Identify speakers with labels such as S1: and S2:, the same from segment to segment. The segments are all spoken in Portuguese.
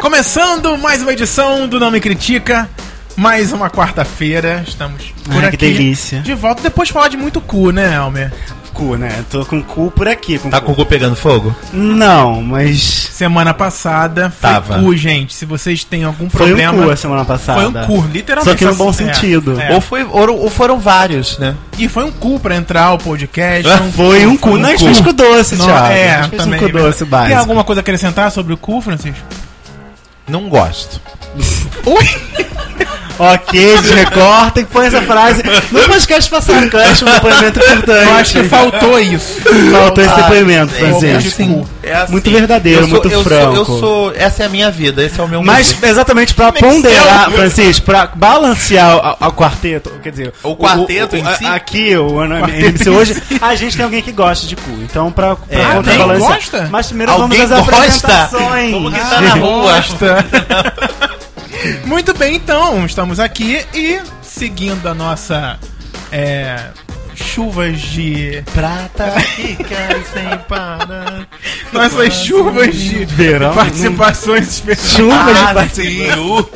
S1: Começando mais uma edição do Não Me Critica. Mais uma quarta-feira, estamos por
S2: Ai,
S1: aqui.
S2: que delícia.
S1: De volta depois de falar de muito cu, né, Elmer?
S2: Cu, né? Tô com cu por aqui. Com
S3: Tá
S2: cu.
S3: com o cu pegando fogo?
S2: Não, mas.
S1: Semana passada foi
S3: Tava.
S1: cu, gente. Se vocês têm algum
S2: Foi
S1: problema,
S2: um cu a semana passada.
S1: foi um cu, literalmente.
S2: Só que no bom
S1: É,
S2: sentido.
S1: é.
S3: Ou, foi, ou, ou foram vários, né?
S1: E foi um cu pra entrar o podcast.
S3: Ah,
S2: Foi um cu. Nós fez cu doce,
S1: Não,
S2: Thiago.
S1: é,
S2: Nós fez
S1: também,
S2: um cu doce
S1: Tem
S2: básico.
S1: alguma coisa a acrescentar sobre o cu, Francisco?
S3: Não gosto.
S2: Ok, recorta e põe essa frase no podcast passado, que eu acho um depoimento importante.
S1: Eu acho que faltou isso.
S2: faltou esse
S3: Ah,
S2: depoimento,
S3: é,
S1: Francisco.
S3: é
S2: Francisco.
S3: assim, é assim.
S2: Muito verdadeiro,
S3: Eu sou-
S2: muito
S3: eu
S2: franco.
S3: Sou, eu sou. Essa é a minha vida, esse é o meu
S2: Mas
S3: mundo.
S2: exatamente pra
S3: Como é que
S2: ponderar,
S3: é o-
S2: Francisco, pra balancear o, o- o quarteto, quer dizer,
S3: O quarteto
S2: o- o-
S3: em si?
S2: a- Aqui, o né, ano
S1: Quarteto
S2: MC hoje, a gente tem alguém que gosta de cu. Então, pra, pra
S3: É,
S1: tem?
S2: contrabalancear-
S1: Gosta?
S2: Mas primeiro
S3: Alguém
S2: vamos às
S3: gosta?
S2: apresentações. Ah,
S3: Vamos que tá na rua.
S1: Gosta. Muito bem, então, estamos aqui e seguindo a nossa é, chuvas de.
S3: Prata fica sem parar.
S1: Nossas chuvas de
S2: Verão.
S1: participações especiais.
S2: Chuva de
S3: Ah,
S2: participação.
S3: sim, uh,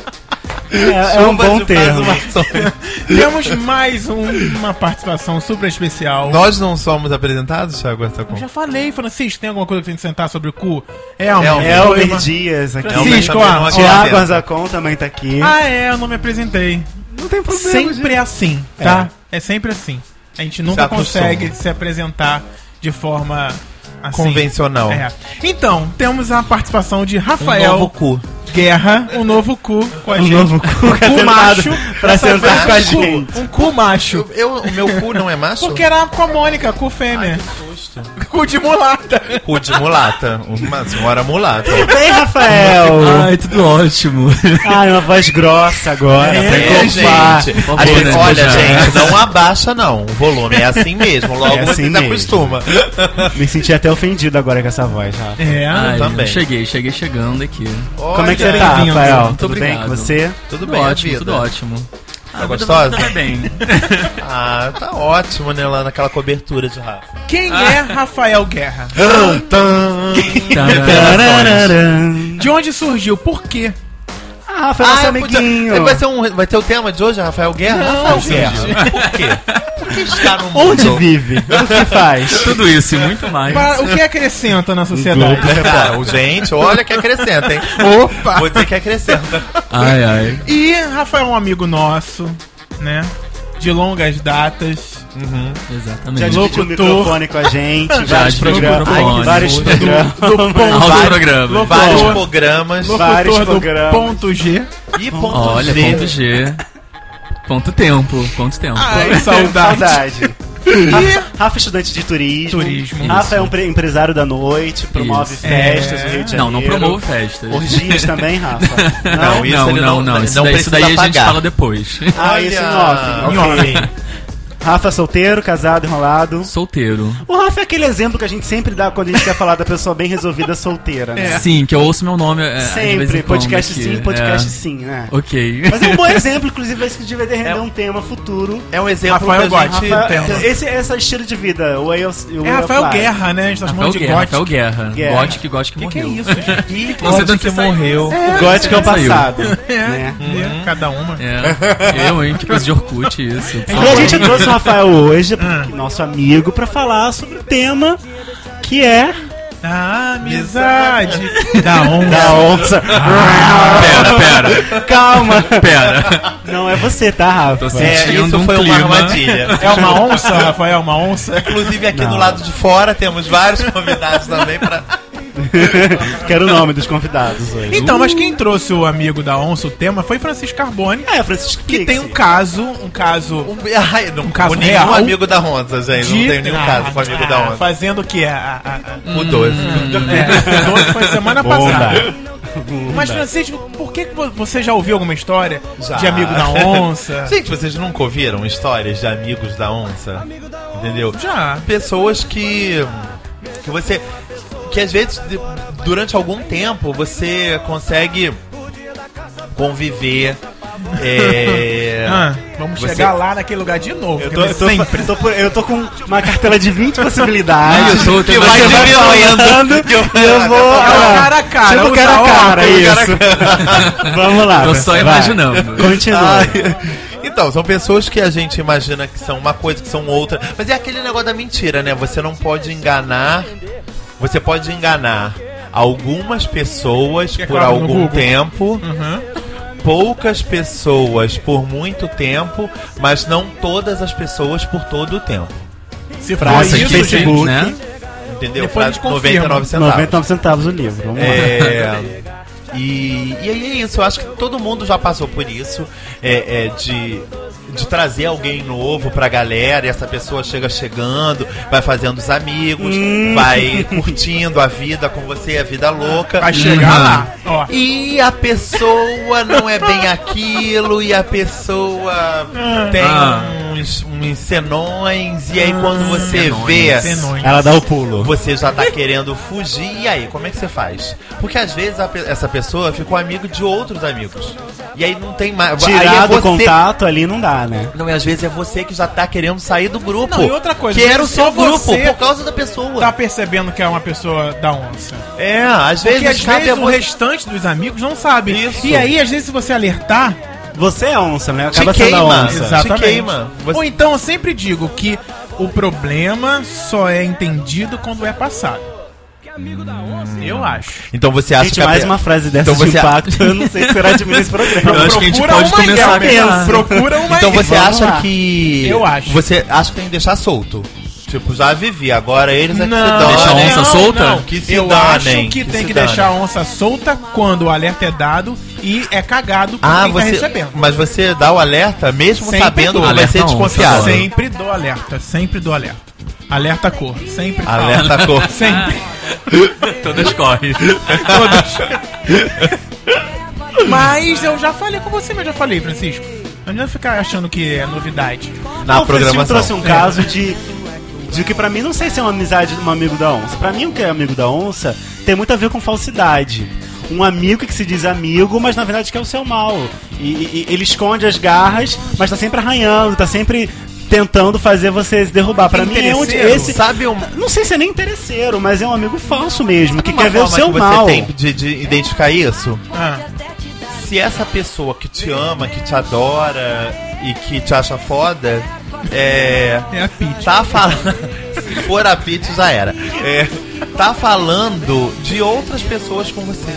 S2: É, é um
S3: chuva
S2: bom
S3: de
S2: termo.
S3: participações.
S1: Temos mais um- uma participação super especial.
S3: Nós não somos apresentados, Thiago Artacon?
S1: Eu já falei, Francisco, tem alguma coisa que tem que sentar sobre o cu? Elmer.
S3: Elmer.
S1: Oi,
S2: Elber
S1: ma-
S2: Dias É aqui.
S3: É o
S1: Francisco,
S3: Benjamin,
S1: ó,
S3: não aqui
S2: Tiago
S3: dentro.
S2: Azacon também tá aqui.
S1: Ah, é, eu não me apresentei.
S2: não tem
S1: Sempre é assim, tá? É. sempre assim. A gente nunca
S3: Já acostuma.
S1: consegue se apresentar de forma assim.
S3: Convencional.
S1: É. Então, temos a participação de
S3: Um
S1: Rafael
S3: novo cu.
S1: Guerra, um novo cu com a
S2: Um
S1: gente.
S2: novo cu
S1: um cu
S2: sentado
S1: macho
S2: pra
S1: dessa
S2: sentar
S1: vez,
S2: com a
S1: um cu-
S2: gente.
S1: Um cu macho.
S3: Eu, eu- o meu cu não é macho?
S1: Porque era com a Mônica, cu fêmea. cu de mulata.
S3: Cu de mulata. Uma senhora mulata.
S2: Bem, Rafael.
S4: Ai, tudo ótimo.
S2: Ai, uma voz grossa agora.
S1: É,
S2: pra encorpar.
S3: gente.
S4: Por
S3: A gente-
S4: favor, né,
S3: olha,
S4: Benjamin?
S3: gente, não abaixa não. O volume é assim mesmo. Logo
S2: É assim
S3: você se
S2: mesmo.
S3: acostuma.
S2: Me senti até ofendido agora com essa voz, Rafa.
S1: É.
S4: Ai,
S3: também.
S4: Ah, Cheguei, cheguei chegando aqui.
S2: Como é que você
S3: Olha,
S2: tá,
S1: bem-vindo.
S2: Rafael?
S4: Muito
S2: tudo bem
S4: obrigado.
S2: com você?
S3: Tudo
S4: Tudo
S3: bem, a
S4: ótimo,
S3: vida?
S4: tudo ótimo.
S3: Tá gostosa?
S4: Tá bem.
S3: Ah, tá ótimo, né, lá naquela cobertura de Rafa.
S1: Quem é Rafael Guerra?
S4: Tararara.
S1: De onde surgiu? Por quê?
S2: Ah, Rafael, nosso
S3: Ah,
S2: amiguinho.
S3: podia- vai, ser um, vai ter o tema de hoje, Rafael Guerra?
S1: Não,
S3: Rafael
S1: gente.
S3: Guerra. Por quê? Por que está no mundo?
S2: Onde vive? O que faz?
S4: Tudo isso e muito mais.
S1: Para- o que acrescenta na sociedade?
S3: Cara, o gente, olha que acrescenta, hein?
S1: Opa!
S3: Vou dizer que acrescenta.
S4: Ai, ai.
S1: E Rafael é um amigo nosso, né? De longas datas.
S2: Já
S4: Exatamente.
S2: dividiu o
S1: Locutor.
S2: microfone com a gente. vários
S4: dividiu o
S2: programas.
S4: microfone.
S2: Ai, vários
S4: Do-
S2: programas.
S4: Alto
S1: Vai-
S4: programa.
S1: Locutor,
S3: Vários programas.
S2: Vários
S1: locutor do
S2: programas.
S1: ponto G.
S3: E ponto
S4: Olha,
S3: G.
S4: ponto G. Ponto tempo, ponto tempo.
S2: Ah,
S1: Ai, saudade.
S2: Saudade.
S1: E
S2: Rafa é estudante de turismo.
S1: Turismo.
S2: Rafa
S4: Isso.
S2: é um pre- empresário da noite, promove
S4: Isso.
S2: festas
S1: É.
S2: no Rio de Janeiro.
S4: não, não promovo festas.
S2: Orgias também, Rafa?
S3: Não, isso
S4: Não,
S3: ele
S4: não,
S3: não-
S4: não.
S3: ele
S4: Isso
S3: não
S4: daí, isso
S3: precisa
S4: daí a gente
S3: pagar.
S4: fala depois.
S2: Ah, isso em
S3: Olha.
S2: off.
S1: Em off.
S2: Rafa solteiro, casado, enrolado.
S4: Solteiro.
S2: O Rafa é aquele exemplo que a gente sempre dá quando a gente quer falar da pessoa bem resolvida solteira, né?
S1: É.
S4: Sim, que eu ouço meu nome. é, de vez em
S2: Sempre,
S4: quando
S2: podcast
S4: aqui.
S2: sim, podcast
S4: É.
S2: sim, né?
S4: Ok.
S2: Mas é um bom exemplo, inclusive, esse que devia render
S3: É.
S2: um tema futuro.
S3: É um exemplo
S1: Rafael
S3: da gente...
S1: Gotti.
S2: Rafa,
S1: tema.
S2: esse, esse é o estilo de vida, o way of, o
S1: é
S2: way of
S1: Rafael
S2: life.
S1: Guerra, né? A gente tá chamando
S4: Rafael
S1: de
S4: Guerra, Rafael
S1: Gótico.
S4: Guerra.
S2: Guerra.
S4: Gótico, Gótico
S1: O que, que é
S4: morreu.
S1: isso, gente?
S2: E
S4: Não sei de onde
S1: que
S4: você tá saiu.
S1: morreu.
S2: o gótico é o
S4: Saiu.
S2: passado.
S1: É,
S2: né?
S1: é, cada uma.
S4: É, eu, hein? Que coisa de Orkut isso.
S2: E
S3: É.
S2: a gente trouxe o Rafael hoje, porque- nosso amigo, pra falar sobre o tema que é
S1: A amizade da onda.
S2: da onça.
S4: Pera, pera,
S2: Calma!
S4: pera.
S2: Não é você, tá, Rafa?
S4: Tô
S3: É,
S4: sentindo
S3: isso
S4: um
S3: foi uma
S4: clima.
S3: armadilha.
S1: É uma onça, Rafael? é Uma onça?
S3: Inclusive aqui
S2: Não.
S3: do lado de fora temos vários convidados também pra.
S2: Quero o nome dos convidados hoje.
S1: Então, mas quem trouxe o amigo da onça, o tema, foi Francisco Carbone,
S2: É, Francisco
S1: que
S2: Pixie.
S1: tem um caso, um caso
S3: Ai, não
S1: Um caso
S3: com nenhum
S1: real?
S3: amigo da Ronza, gente. Não tenho nenhum
S1: Ah,
S3: caso com um amigo da
S1: ah,
S3: Ronza.
S1: Fazendo o que? A, a, a,
S3: O 12.
S1: é, o doce foi semana
S2: Bunda.
S1: passada. Mas, Francisco, por que que vo- você já ouviu alguma história
S3: Já.
S1: de amigo da onça?
S3: Gente, vocês nunca ouviram histórias de amigos da onça? Entendeu?
S1: Já.
S3: Pessoas que. que você. que às vezes de- durante algum tempo você consegue conviver. é,
S1: Ah, vamos
S3: Você-
S1: chegar lá naquele lugar de novo.
S2: Eu
S1: porque
S2: tô, eu, tô,
S1: sempre.
S2: eu, tô, por- eu tô com uma cartela de 20 possibilidades.
S4: Isso,
S3: que
S4: tem
S3: vai
S4: mais-
S2: Você vai falando
S3: diminuindo.
S2: e eu vou.
S1: Tipo cara a cara,
S2: Tipo
S1: usa
S2: cara a
S1: óculos,
S2: cara,
S3: cara a
S2: isso. Vamos lá.
S4: Tô só
S2: vai.
S4: imaginando.
S2: Continua.
S3: Ah, então, são pessoas que a gente imagina que são uma coisa, que são outra. Mas é aquele negócio da mentira, né? Você não pode enganar. Você pode enganar algumas pessoas
S1: Que
S3: por
S1: acabam no
S3: algum
S1: Google.
S3: tempo,
S1: Uhum.
S3: poucas pessoas por muito tempo, mas não todas as pessoas por todo o tempo.
S1: Se for
S2: Frase
S1: isso,
S2: de
S1: gente,
S2: Facebook.
S4: né?
S3: Entendeu?
S1: Depois a gente
S3: Pra
S1: confirma.
S3: 99 centavos.
S2: 99 centavos o livro. Vamos lá.
S3: É. E, e aí é isso, eu acho que todo mundo já passou por isso, é, é, de, de trazer alguém novo pra galera, e essa pessoa chega chegando, vai fazendo os amigos,
S1: Hum.
S3: vai curtindo a vida com você, a vida louca.
S1: vai chegar
S3: Hum.
S4: Uhum.
S1: lá. Ó,
S3: E a pessoa não é bem aquilo, e a pessoa tem
S4: Ah.
S3: uns, uns senões, e aí quando você
S4: senões,
S3: vê.
S1: Ah. senões.
S2: Ela dá o pulo.
S3: Você já tá querendo fugir, e aí, como é que você faz? Porque às vezes a pe- essa pessoa ficou amigo de outros amigos. E aí não tem mais. aí
S2: Tirar
S3: é
S2: do
S3: você...
S2: contato ali não dá, né?
S3: Não, e às vezes é você que já tá querendo sair do grupo.
S1: Não, e outra coisa,
S3: Que era o
S1: se
S3: seu grupo,
S1: você
S3: por causa da pessoa.
S1: Tá percebendo que é uma pessoa da onça.
S3: É, às vezes,
S1: Porque às
S3: cabe
S1: vezes
S3: a
S1: o
S3: você-
S1: restante dos amigos não sabe.
S3: Isso.
S1: E aí, às vezes, se você alertar,
S2: Você é onça, né?
S3: Te
S2: Acaba sendo a
S3: Ah, queima.
S2: onça.
S1: Exato. Exatamente.
S3: Te queima. Você-
S1: Ou então eu sempre digo que o problema só é entendido quando é passado. Eu acho.
S3: Então você acha
S2: Gente,
S3: que a
S2: mais
S3: pe-
S2: uma frase dessa
S3: Então
S2: de
S3: você-
S2: impacto, eu não sei se será diminuir esse
S4: Eu
S2: programa.
S4: acho que a gente
S1: Procura
S4: pode
S1: uma
S4: começar a
S1: ideia.
S4: pensar.
S1: Procura uma
S3: Então
S1: ideia.
S3: você
S2: Vamos
S3: acha
S2: lá.
S3: que.
S1: Eu acho.
S3: Você acha que tem que deixar solto. Tipo, já vivi, agora eles é que se dão.
S4: Deixa a onça solta?
S3: Que se
S1: eu
S3: danem,
S1: acho que,
S3: que
S1: tem
S3: se
S1: que
S3: danem.
S1: deixar a onça solta quando o alerta é dado e é cagado por
S3: Ah,
S1: quem tá
S3: você.
S1: recebendo.
S3: Mas você dá o alerta, mesmo
S1: Sempre
S3: sabendo
S1: dou.
S3: que vai
S4: Alerta
S3: ser
S4: onça,
S3: desconfiado.
S4: adoro.
S1: Sempre dou alerta, sempre dou alerta. Alerta cor, sempre falo.
S3: Alerta cor.
S1: Sempre.
S4: Todas correm.
S1: Mas eu já falei com você, mas eu já falei, Francisco. Não adianta ficar achando que é novidade.
S3: Na
S2: o Francisco trouxe
S3: programação.
S2: um caso de. De que pra mim, não sei se é uma amizade de um amigo da onça. Pra mim, o que é amigo da onça tem muito a ver com falsidade. Um amigo que se diz amigo, mas na verdade quer o seu mal. E, e- e ele esconde as garras, mas tá sempre arranhando, tá sempre tentando fazer você se derrubar. Pra mim, é onde
S1: Interesseiro.
S2: esse.
S3: Sabe um.
S2: Não sei se é nem interesseiro, mas é um amigo falso mesmo, que
S3: uma
S2: quer ver o
S3: forma
S2: seu
S3: que
S2: mal.
S3: Você tem de, de identificar isso?
S1: Ah.
S3: Se essa pessoa que te ama, que te adora e que te acha foda, é.
S1: É a Pete.
S3: Tá falando. Se for a Pete, já era. É, tá falando de outras pessoas com você.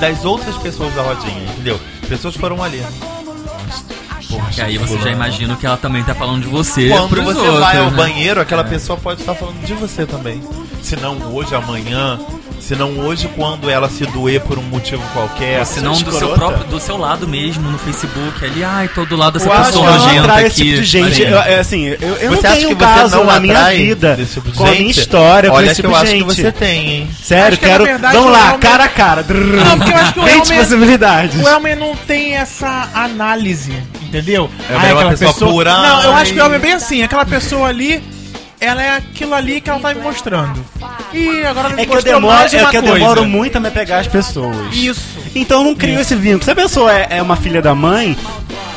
S3: Das outras pessoas da rodinha, entendeu? Pessoas que foram ali. Poxa,
S4: E aí você já imagina que ela também tá falando de você
S3: Quando
S4: pros
S3: você
S4: outros,
S3: vai ao
S4: né?
S3: banheiro, aquela pessoa pode estar falando de você também. Se não hoje, amanhã. Se não hoje, quando ela se doer por um motivo qualquer.
S4: Se não do seu
S3: é Escrota.
S4: próprio, do seu lado mesmo, no Facebook, ali, ai, tô do
S2: tá
S4: lado dessa
S3: Eu acho
S4: pessoa
S3: que ela
S4: nojenta
S2: atrai
S4: aqui.
S2: esse tipo de gente.
S4: Assim,
S2: Eu, é, assim, eu, eu não
S3: Você acha
S2: tenho
S3: que
S2: um
S3: você
S2: caso
S3: não
S2: na minha
S3: atrai
S2: vida
S3: desse tipo de
S2: com a minha
S3: gente?
S2: história com
S3: Olha
S2: esse
S3: que
S2: tipo
S3: eu
S2: de
S3: acho
S2: gente.
S3: que você tem, hein?
S2: Sério,
S1: Acho que, na
S2: quero.
S1: verdade,
S2: Vamos
S1: o
S2: lá,
S1: Elmer-
S2: cara a cara.
S1: Não, porque eu acho que o é
S2: 20
S1: Elmer-
S2: possibilidades.
S1: O Elmer não tem essa análise, entendeu?
S3: É
S1: Ah,
S3: uma pessoa pura,
S1: Não, eu
S3: ai.
S1: acho que o Elmer é bem assim. Aquela pessoa ali, ela é aquilo ali que ela tá me mostrando. E agora ela me
S2: É que, eu
S1: mostrou
S2: demoro,
S1: mais
S2: é
S1: uma
S2: que eu
S1: coisa.
S2: demoro muito a me pegar as pessoas.
S1: Isso.
S2: Então eu não crio esse vínculo. Se a pessoa é, é uma filha da mãe,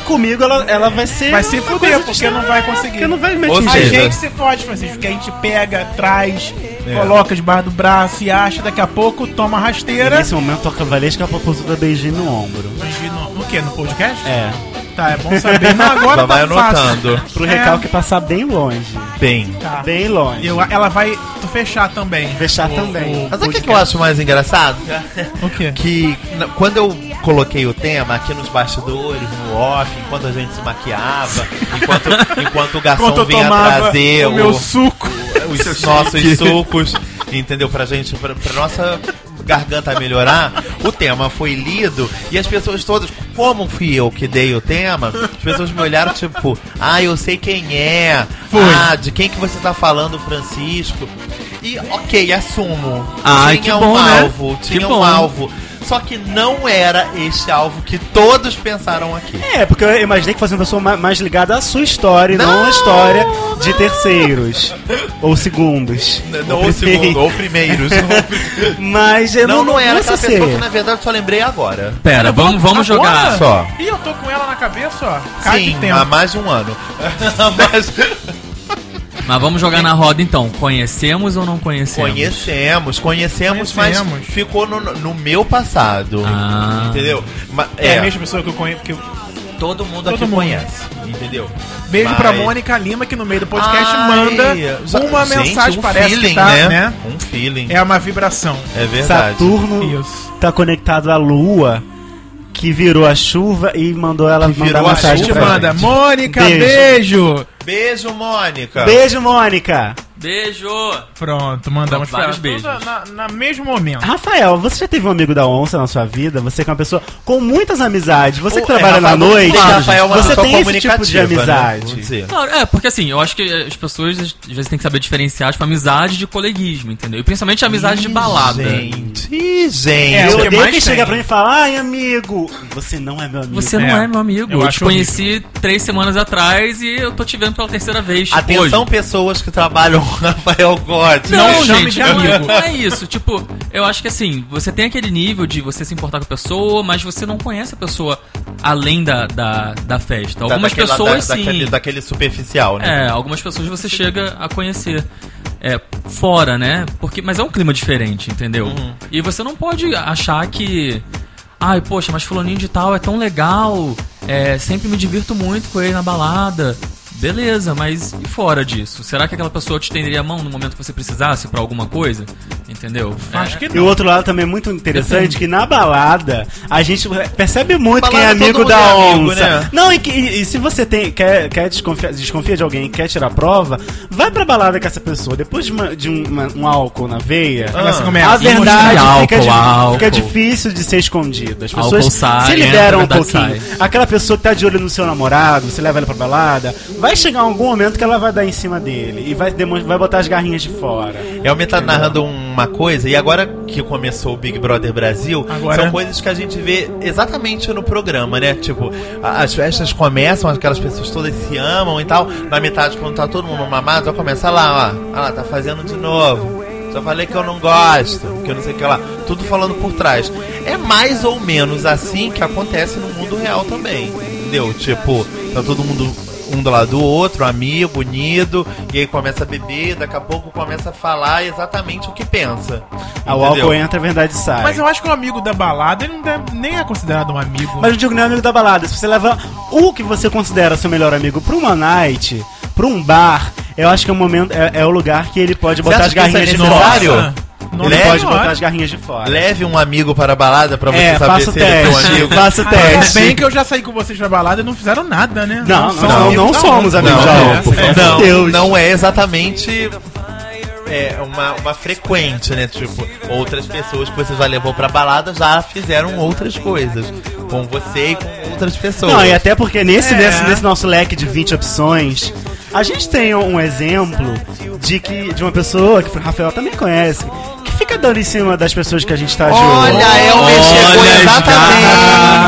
S2: comigo ela, ela vai ser.
S1: Vai se
S2: uma
S1: fuder,
S2: coisa de
S1: porque não
S2: estranha,
S1: vai conseguir.
S2: Porque não vai me
S3: Ou
S1: A
S2: atingir.
S3: seja,
S1: gente se fode, Francisco, que a gente pega, traz,
S2: É.
S1: coloca debaixo do braço e acha, daqui a pouco toma rasteira.
S2: Nesse momento, toca Valesca pra postura beijinho no ombro.
S1: Mas vi No, no quê? No podcast?
S2: É.
S1: Tá, é bom saber. Não, agora
S3: Já
S1: tá
S3: vai
S1: fácil.
S3: anotando.
S2: Pro
S1: É.
S2: recalque passar bem longe.
S3: Bem.
S1: Tá.
S2: Bem longe.
S1: Eu, ela vai fechar também.
S2: Fechar também.
S3: Mas sabe o que, que eu acho mais engraçado?
S1: O quê?
S3: Que n- quando eu coloquei o tema aqui nos bastidores, no off, enquanto a gente se maquiava, enquanto, enquanto o garçom
S1: Enquanto eu
S3: vinha
S1: tomava
S3: trazer
S1: o meu suco.
S3: os nossos sucos, entendeu? Pra gente, pra, pra nossa garganta melhorar, o tema foi lido e as pessoas todas, como fui eu que dei o tema, as pessoas me olharam tipo, ah, eu sei quem é,
S1: Foi.
S3: ah, de quem que você tá falando, Francisco. E ok, assumo.
S4: Ai,
S3: tinha
S4: que bom,
S3: um
S4: né?
S3: alvo,
S4: Que
S3: tinha um
S4: bom.
S3: alvo. Só que não era este alvo que todos pensaram aqui.
S2: É, porque eu imaginei que fosse uma pessoa ma- mais ligada à sua história, e não,
S3: Não,
S2: à história de terceiros. ou segundos.
S3: Ou segundo, ou primeiros.
S2: Mas eu
S3: não, não, era
S2: essa
S3: essa pessoa que, na verdade, eu só lembrei agora.
S4: Pera, vamos, vamos jogar.
S3: Só.
S1: Ih, eu tô com ela na cabeça, ó. Cada
S3: Sim,
S1: tempo.
S3: há mais de um ano. Mas
S4: Mas vamos jogar na roda então. Conhecemos ou não conhecemos?
S3: conhecemos, conhecemos, mas
S1: Conhecemos.
S3: ficou no, no meu passado.
S4: Ah.
S3: Entendeu? Ma-
S1: É, a mesma pessoa que eu conheço. Que eu...
S3: Todo mundo
S1: Todo
S3: aqui
S1: mundo.
S3: conhece, entendeu?
S1: Beijo pra
S3: Mas-
S1: Mônica Lima, que no meio do podcast
S3: Ai,
S1: manda
S3: só-
S1: uma
S3: gente,
S1: mensagem,
S3: um
S1: parece
S3: feeling,
S1: que tá, né?
S3: Um feeling. É,
S1: É uma vibração.
S3: verdade.
S2: Saturno
S1: Isso.
S2: tá conectado à Lua, que virou a chuva e mandou ela
S3: Que
S2: mandar
S3: virou a
S1: A
S2: mensagem
S1: gente
S3: chuva.
S2: pra
S1: manda.
S2: gente.
S1: Mônica,
S2: Beijo.
S1: beijo.
S3: Beijo, Mônica.
S2: Beijo, Mônica!
S4: Beijo!
S1: Pronto, mandamos pra
S4: Vários
S1: ela.
S4: beijos.
S1: Toda Na, na mesmo momento.
S2: Rafael, você já teve um amigo da onça na sua vida? Você que é uma pessoa com muitas amizades, você que
S3: É,
S2: trabalha na
S3: Rafael,
S2: noite,
S3: tem Rafael é uma
S2: você
S3: pessoa
S2: tem esse tipo de
S3: comunicativa, né?
S2: amizade.
S3: Vamos dizer.
S4: Claro, é, porque assim, eu acho que as pessoas às vezes têm que saber diferenciar tipo, amizade de coleguismo, entendeu? E principalmente amizade de balada.
S3: Gente, Ih, gente.
S1: É,
S2: Eu
S1: o que
S2: odeio
S1: mais
S2: quem chega
S1: tem.
S2: pra mim e fala, ai amigo, você não é meu amigo.
S4: Você não
S1: É,
S4: é meu amigo.
S1: eu
S4: Eu, te
S1: acho
S4: conheci três semanas atrás e eu tô te vendo pela terceira vez. tipo,
S3: Atenção,
S4: hoje.
S3: pessoas que trabalham com Rafael Gotti.
S4: Não,
S1: Não chame
S4: gente,
S1: de
S4: não,
S1: amigo.
S4: não é isso. Tipo, eu acho que assim, você tem aquele nível de você se importar com a pessoa, mas você não conhece a pessoa além da, da, da festa.
S3: Da-
S4: Algumas
S3: daquela-
S4: pessoas
S3: da-
S4: sim.
S3: Daquele, daquele superficial, né?
S4: É, algumas pessoas você chega a conhecer. É, fora, né? Porque, mas é um clima diferente, entendeu?
S1: Uhum.
S4: E você não pode achar que. Ai, poxa, mas fulaninho de tal é tão legal. É, sempre me divirto muito com ele na balada. Beleza, mas e fora disso? Será que aquela pessoa te estenderia a mão no momento que você precisasse pra alguma coisa? Entendeu?
S1: Acho que
S2: E o
S1: não.
S2: outro lado também é muito interessante, que na balada a gente percebe muito
S3: Na
S2: quem é
S3: balada
S2: amigo
S3: todo mundo
S2: da
S3: é amigo,
S2: onça.
S3: né?
S2: Não, e, que- e- e se você tem, quer, quer desconfiar, desconfia de alguém, quer tirar prova, vai pra balada com essa pessoa. Depois de, uma- de um- uma- um álcool na veia,
S1: Ela se começa.
S2: a Ah, verdade
S4: Mostrar
S2: fica,
S4: álcool,
S2: di-
S4: álcool.
S2: fica difícil de ser escondida. As
S4: Álcool
S2: pessoas
S4: sai,
S2: se
S4: entra,
S2: liberam um
S4: verdade
S2: pouquinho.
S4: sai.
S2: Aquela pessoa que tá de olho no seu namorado, você leva ela pra balada, vai chegar algum momento que ela vai dar em cima dele e vai, demon- vai botar as garrinhas de fora.
S3: Eu me tá narrando uma coisa, e agora que começou o Big Brother Brasil,
S1: Agora-
S3: são coisas que a gente vê exatamente no programa, né? Tipo, a- as festas começam, aquelas pessoas todas se amam e tal. Na metade, quando tá todo mundo mamado, já começa "Ah lá, ó. Ah lá, tá fazendo de novo. Só falei que eu não gosto, que eu não sei o que lá. Tudo falando por trás. É mais ou menos assim que acontece no mundo real também. Entendeu? Tipo, tá todo mundo um do lado do outro, amigo, unido, e aí começa a beber, daqui a pouco começa a falar exatamente o que pensa.
S2: Ah, O álcool entra, a verdade sai.
S1: Mas eu acho que o amigo da balada ele não deve, nem é considerado um amigo.
S2: Mas eu digo, não é amigo da balada. Se você leva o que você considera seu melhor amigo pra uma night, pra um bar, eu acho que é o momento, é, é o lugar que ele pode botar
S3: acha
S2: as
S3: que isso é
S2: garrinhas de
S3: necessário?
S2: fora.
S1: Nossa, Ah, não é
S2: Ele
S3: Leve-
S2: pode botar
S1: hora.
S2: as garrinhas de fora.
S3: Leve um amigo para a balada pra você
S2: é,
S3: saber
S2: faça
S3: se
S2: o
S3: ele é teu
S2: teste.
S3: amigo.
S2: Faça o
S1: Ah, Ainda bem
S2: teste.
S1: que eu já saí com vocês na balada e não fizeram nada, né?
S2: Não,
S1: são
S2: não,
S1: amigos
S2: não
S1: da
S2: somos
S1: onça.
S2: amigos
S3: Não,
S2: da
S1: é,
S2: onça. por
S1: é.
S2: favor.
S3: não,
S2: Deus.
S3: não é exatamente é, uma, uma frequente, né? Tipo, outras pessoas que você já levou pra balada já fizeram outras coisas. Com você e com outras pessoas.
S2: Não, e até porque nesse,
S1: É.
S2: nesse, nesse nosso leque de 20 opções, a gente tem um exemplo de que de uma pessoa que o Rafael também conhece, que fica dando em cima das pessoas que a gente tá de olho.
S3: Olha, eu me chegou
S4: Olha,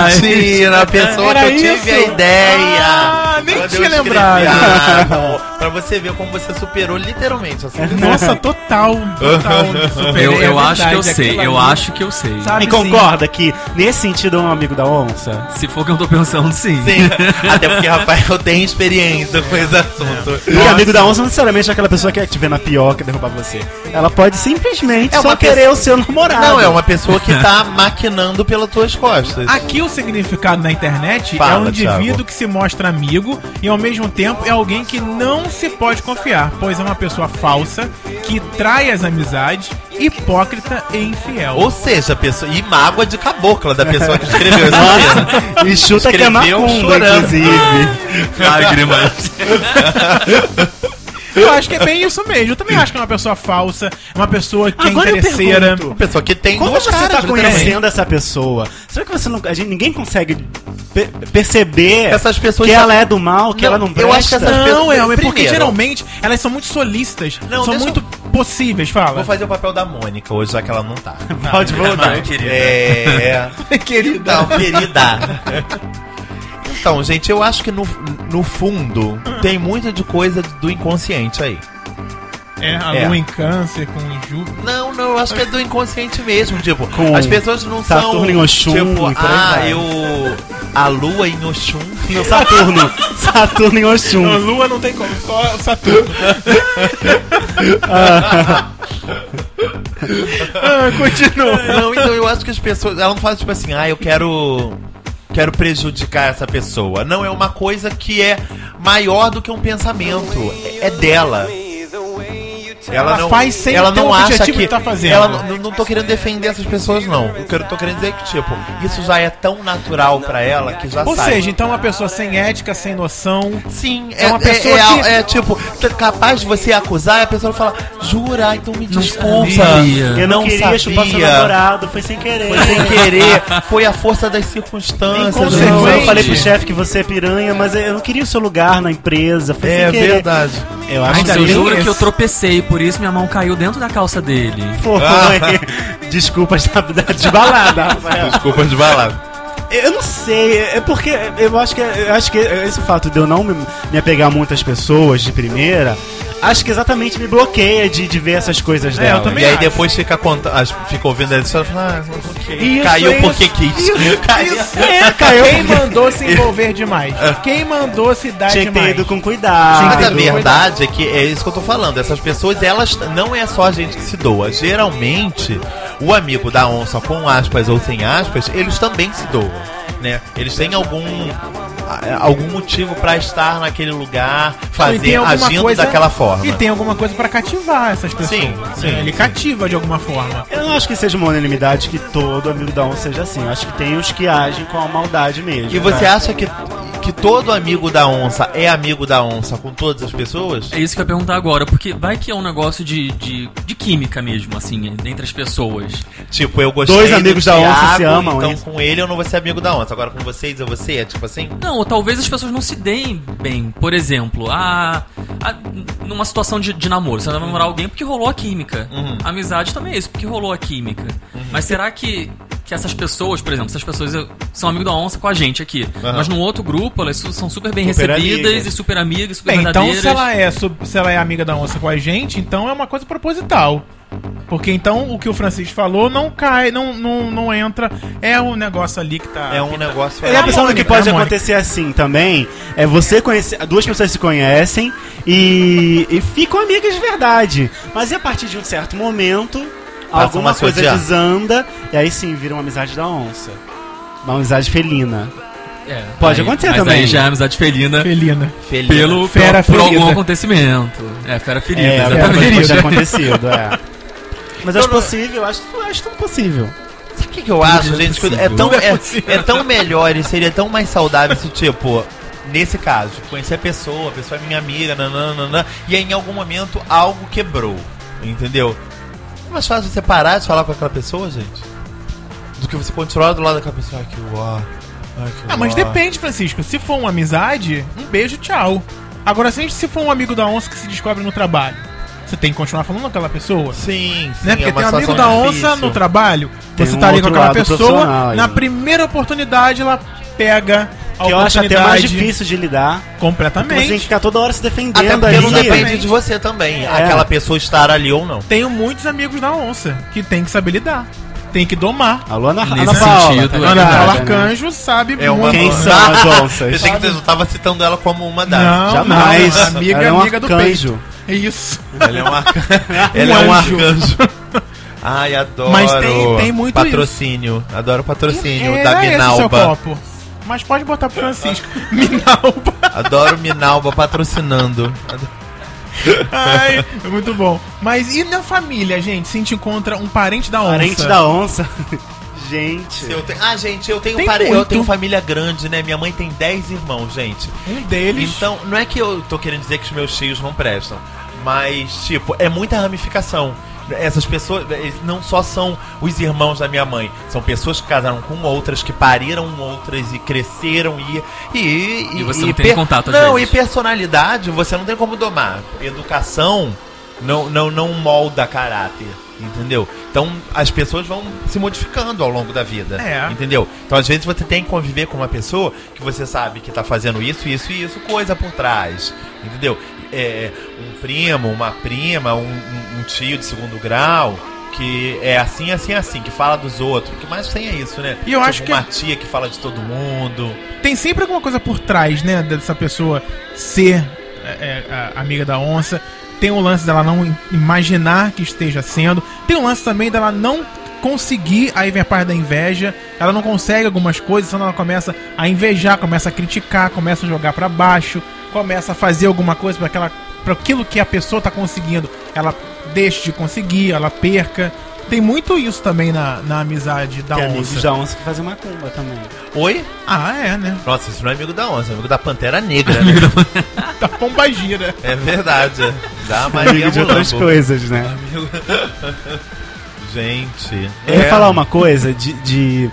S3: exatamente na pessoa
S1: Era
S3: que eu tive a
S1: isso?
S3: ideia.
S1: Ah, nem
S3: Quando
S1: tinha
S3: eu escrevi,
S1: lembrado.
S3: ah, Pra você ver como você superou literalmente. Assim,
S1: Nossa, total. total superei,
S4: Eu, eu
S1: é
S4: acho que eu
S1: verdade,
S4: sei,
S1: aquilo
S4: eu
S1: ali.
S4: acho que eu sei.
S3: é.
S1: Sabe?
S2: E concorda que nesse sentido é um amigo da onça?
S4: Se for o que eu tô pensando, sim.
S3: Sim, até porque Rafael tem experiência com esse assunto.
S2: E amigo da onça não necessariamente é aquela pessoa que te vê na pior que derrubar você. Ela pode simplesmente
S3: É
S2: só
S3: uma
S2: querer
S3: pessoa-
S2: o seu namorado.
S3: Não, é uma pessoa que tá maquinando pelas tuas costas.
S1: Aqui o significado na internet é um
S3: Fala, Thiago.
S1: indivíduo que se mostra amigo e ao mesmo tempo é alguém que não se pode confiar, pois é uma pessoa falsa que trai as amizades, hipócrita e infiel.
S3: Ou seja, a pessoa. E mágoa de cabocla da pessoa que escreveu isso.
S2: E chuta que é
S3: Escreveu
S2: macumba,
S3: chorando. Ah,
S2: inclusive.
S4: Lágrimas.
S1: Eu acho que é bem isso mesmo. Eu também acho que é uma pessoa falsa, é uma pessoa que
S2: Agora
S1: é
S2: eu
S1: interesseira.
S2: pergunto,
S3: Uma pessoa que tem
S2: Como
S3: duas
S2: você
S3: caras,
S2: tá
S3: literalmente.
S2: conhecendo essa pessoa? Será que você não. A gente, ninguém consegue pe- perceber
S3: Essas pessoas
S2: que
S3: já-
S2: ela é do mal, que
S3: Não,
S2: ela não presta?
S3: eu acho que essas-
S1: Não, é, é porque
S3: Primeiro.
S1: geralmente elas são muito solistas,
S3: Não,
S1: são
S3: deixa
S1: muito
S3: eu-
S1: possíveis, fala.
S3: Vou fazer o papel da Mônica hoje, já que ela não tá.
S2: Pode voltar.
S4: Não, querida.
S3: É.
S1: Querida.
S3: Não, querida. Então, gente, eu acho que no, no fundo tem muita de coisa do inconsciente aí.
S1: É, a
S3: É.
S1: lua em câncer com o Ju.
S3: Não, não, eu acho que é do inconsciente mesmo. Tipo,
S2: Com
S3: as pessoas não
S2: Saturno
S3: são.
S2: em Oxum e por
S3: tipo,
S2: aí
S3: ah,
S2: vai."
S3: eu. A lua em Oxum.
S2: Não, Saturno. Saturno em
S1: Não,
S2: Oxum.
S1: lua não tem como, só o Saturno. ah, continua.
S3: Não, então eu acho que as pessoas. Ela não fala tipo assim, ah, eu quero. Quero prejudicar essa pessoa. Não, é uma coisa que é maior do que um pensamento. É é dela. Ela,
S1: Ela
S3: não
S1: faz sem
S3: ela
S1: ter
S3: não
S1: o
S3: acha
S1: objetivo
S3: que
S1: que tá fazendo.
S3: Ela não- não, não tô querendo defender essas pessoas não. Eu quero, tô querendo dizer que tipo, isso já é tão natural pra ela que já
S1: Ou
S3: sai.
S1: seja, então uma pessoa sem ética, sem noção.
S3: Sim,
S1: É
S3: é,
S1: uma
S3: uma
S1: pessoa
S3: é, é,
S1: que-
S3: é, tipo, t- capaz de você acusar e a pessoa fala, jura, então me
S4: Não
S3: desculpa.
S4: sabia.
S2: Eu não, queria
S3: sabia.
S2: chupar seu namorado, foi sem querer.
S3: Foi sem querer, foi a força das circunstâncias.
S1: Inconsequente.
S2: Não, né? eu
S1: Consequente.
S2: falei pro chefe que você é piranha, mas eu não queria o seu lugar na empresa. Foi
S3: É
S2: sem querer.
S3: verdade.
S2: Eu acho
S4: Mas
S1: Ainda
S2: que
S4: eu
S1: bem
S4: juro que
S1: esse.
S4: eu tropecei, por isso minha mão caiu dentro da calça dele.
S2: foi. Desculpas da, da, de balada, Rafael.
S3: Desculpa de balada.
S2: Eu não sei, é porque eu acho que eu acho que esse fato de eu não me, me apegar a muitas pessoas de primeira, acho que exatamente me bloqueia de, de ver essas coisas
S1: É,
S2: dela.
S1: eu também
S3: E aí
S1: acho.
S3: depois fica, conta, as- fica ouvindo a história e fala, ah,
S2: Isso,
S3: caiu
S2: isso,
S1: é
S3: porque quis. Caiu. É.
S2: É, caiu.
S1: Quem mandou se envolver demais? Quem mandou se dar
S2: Tinha que ter
S1: demais? Então,
S2: ido com cuidado.
S1: Tinha que
S3: Mas
S1: ter
S3: a
S1: ido
S3: verdade é que é isso que eu tô falando. Essas pessoas, elas não é só a gente que se doa. Geralmente, o amigo da onça com aspas ou sem aspas, eles também se doam, né? Eles têm algum a- algum motivo pra estar naquele lugar,
S1: E tem
S3: fazer
S1: alguma
S3: agindo
S1: coisa-
S3: daquela forma.
S1: E tem alguma coisa pra cativar essas pessoas. né?
S3: Sim, sim,
S1: Ele
S3: sim.
S1: cativa de alguma forma.
S2: Eu não acho que seja uma unanimidade que todo amigo da onça seja assim. Eu acho que tem os que agem com a maldade mesmo.
S3: E você
S2: né?
S3: acha que que todo amigo da onça é amigo da onça com todas as pessoas?
S4: É isso que eu ia perguntar agora, porque vai que é um negócio de, de, de química mesmo, assim, entre as pessoas.
S3: Tipo, eu gostei
S2: Dois
S3: do
S2: amigos da onça
S3: Thiago,
S2: se amam,
S3: Então
S2: hein?
S3: com ele eu não vou ser amigo da onça. Agora com vocês eu vou ser, é tipo assim?
S4: Não, ou talvez as pessoas não se deem bem. Por exemplo, a, a- numa situação de, de namoro, você vai namorar alguém porque rolou a química.
S2: Uhum.
S4: Amizade também é isso, porque rolou a química. Mas será que, que essas pessoas, por exemplo, essas pessoas eh, são amigo da onça com a gente aqui, mas num outro grupo elas su- são super bem
S2: Super
S4: recebidas
S2: amigas.
S4: e super amigas, super
S1: Bem, então
S4: verdadeiras.
S1: se ela, é, sub- se ela é amiga da onça com a gente, então é uma coisa proposital. Porque então o que o Francisco falou não cai, não, não, não entra. É um negócio ali que tá.
S3: É um negócio.
S2: Eu tava pensando
S1: Mônica,
S2: que pode
S1: é a Mônica.
S2: acontecer assim também. É você conhecer. Duas pessoas se conhecem e, e ficam amigas de verdade. Mas e a partir de um certo momento,
S3: Passa
S2: alguma
S3: uma
S2: coisa
S3: sodiada.
S2: desanda e aí sim vira uma amizade da onça. Uma amizade felina.
S4: É,
S2: Pode acontecer
S4: mas
S2: também.
S4: Aí já é amizade felina.
S1: Felina.
S3: Felina.
S4: Pelo,
S1: Fera
S4: por, por algum
S1: ferida.
S4: acontecimento. É, fera ferida,
S2: É, alguma
S4: exatamente.
S2: coisa pode
S1: Ferida.
S2: ter acontecido, é. Mas acho
S3: Eu
S1: Então,
S3: não-
S2: possível, acho, acho tudo possível.
S3: Sabe o que, que eu acho,
S4: Tudo é
S3: gente?
S4: possível.
S3: É tão,
S1: Tudo é
S3: é,
S1: possível.
S3: é tão melhor e seria tão mais saudável se, tipo, nesse caso, conhecer a pessoa, a pessoa é minha amiga, nananana, e aí em algum momento algo quebrou, entendeu? É mais fácil você parar de falar com aquela pessoa, gente, do que você continuar do lado daquela pessoa. Ai, que uó. Ai, que
S1: Ah, mas
S3: uó.
S1: depende, Francisco. Se for uma amizade, um beijo, tchau. Agora, se a gente se for um amigo da onça que se descobre no trabalho, você tem que continuar falando com aquela pessoa.
S3: Sim, sim.
S1: né? Porque
S3: é uma
S1: tem um amigo da
S3: situação
S1: onça
S3: difícil.
S1: no trabalho,
S2: Tem
S1: você
S2: um
S1: tá ali com
S2: outro
S1: aquela
S2: lado profissional
S1: pessoa,
S2: aí.
S1: na primeira oportunidade ela pega a
S2: Que eu acho até mais
S1: oportunidade
S2: difícil de lidar.
S1: completamente.
S2: Você tem que ficar toda hora se defendendo
S3: Até porque
S2: ali.
S3: não depende de você também,
S1: É.
S3: aquela pessoa estar ali ou não.
S1: Tenho muitos amigos da onça que tem que saber lidar, tem que domar.
S2: Alô, Ana,
S4: Nesse
S2: Ana Paula,
S4: sentido,
S2: tá
S4: é
S1: Ana
S2: ligado,
S1: Paula
S2: né?
S1: Arcanjo sabe
S3: É uma-
S2: Quem
S3: Não.
S2: são as onças?
S3: Pensei que você tava citando ela como uma das.
S1: É. Não,
S2: Jamais.
S1: não, amiga,
S2: Ela é um
S1: amiga do
S2: arcanjo.
S1: peito. É isso.
S3: Ela é um, arca... Ela é um
S1: anjo.
S3: arcanjo. Ai, adoro.
S1: Mas tem- tem muito
S3: Patrocínio. Adoro patrocínio
S1: Era
S3: da
S1: É, esse seu
S3: Minalba.
S1: copo. Mas pode botar pro Francisco. um Minalba.
S3: Adoro Minalba patrocinando. Adoro-
S1: Ai, É muito bom. Mas e na família, gente? Se a gente encontra um parente da onça.
S2: Parente da onça. Gente.
S3: Eu tenho- Ah, gente, eu tenho,
S1: Tem
S3: pare... eu
S1: muito.
S3: tenho família grande, né? Minha mãe tem 10 irmãos, gente.
S1: Um deles.
S3: Então, não é que eu tô querendo dizer que os meus tios não prestam, mas, tipo, é muita ramificação. Essas pessoas eh, não só são os irmãos da minha mãe, são pessoas que casaram com outras, que pariram outras e cresceram e. E,
S4: E você não tem contato, às
S3: Não,
S4: vezes.
S3: e personalidade você não tem como domar. Educação não, não, não molda caráter, entendeu? Então as pessoas vão se modificando ao longo da vida,
S1: É.
S3: entendeu? Então às vezes você tem que conviver com uma pessoa que você sabe que tá fazendo isso, isso e isso, coisa por trás, entendeu? É, um primo, uma prima, um, um- um tio de segundo grau que é assim, assim, assim, que fala dos outros, o que mais tem é isso, né?
S1: E eu acho que-
S3: uma tia que fala de todo mundo.
S1: tem sempre alguma coisa por trás, né? Dessa pessoa ser é, é, a- amiga da onça. Tem o lance dela não im- imaginar que esteja sendo. Tem o lance também dela não conseguir, aí vem a parte da inveja. Ela não consegue algumas coisas, então ela começa a invejar, começa a criticar, começa a jogar pra baixo, começa a fazer alguma coisa para aquela para aquilo que a pessoa tá conseguindo, ela deixe de conseguir, ela perca. Tem muito isso também na, na amizade da
S2: Tem
S1: onça.
S2: amigos da onça que é fazem macumba também.
S3: Oi?
S1: Ah, é, né?
S3: Nossa, isso não é amigo da onça, é amigo da Pantera Negra, né?
S1: Da pombagira.
S3: É verdade. é. Da Maria
S2: Amigo de outras
S3: Mulambo.
S2: coisas, né?
S3: Gente. é.
S2: Eu ia falar uma coisa de. de-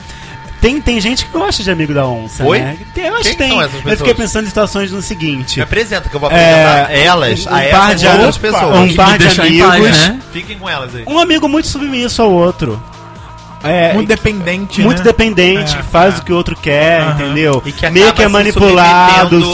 S2: Tem, tem gente que gosta de amigo da onça,
S3: Oi?
S2: né? Tem, eu acho
S3: Quem
S2: que tem.
S3: são essas
S2: eu fiquei
S3: pessoas? É.
S2: pensando em situações no seguinte.
S3: Me
S1: Tipo,
S3: apresenta que eu vou apresentar
S2: É,
S3: elas
S2: um
S3: a
S2: par
S3: essas
S2: de
S3: outras
S2: amigos-
S3: pessoas.
S2: um par de
S4: deixar em
S2: amigos.
S4: paz, né?
S3: Fiquem com elas aí.
S2: Um amigo muito submisso ao outro. É,
S1: muito dependente,
S2: muito
S1: né?
S2: dependente,
S1: É,
S2: que faz
S1: é.
S2: o que o outro quer,
S1: Aham.
S2: entendeu?
S3: E que
S2: Meio
S3: acaba
S2: que é
S3: se
S2: manipulado,
S3: submetendo-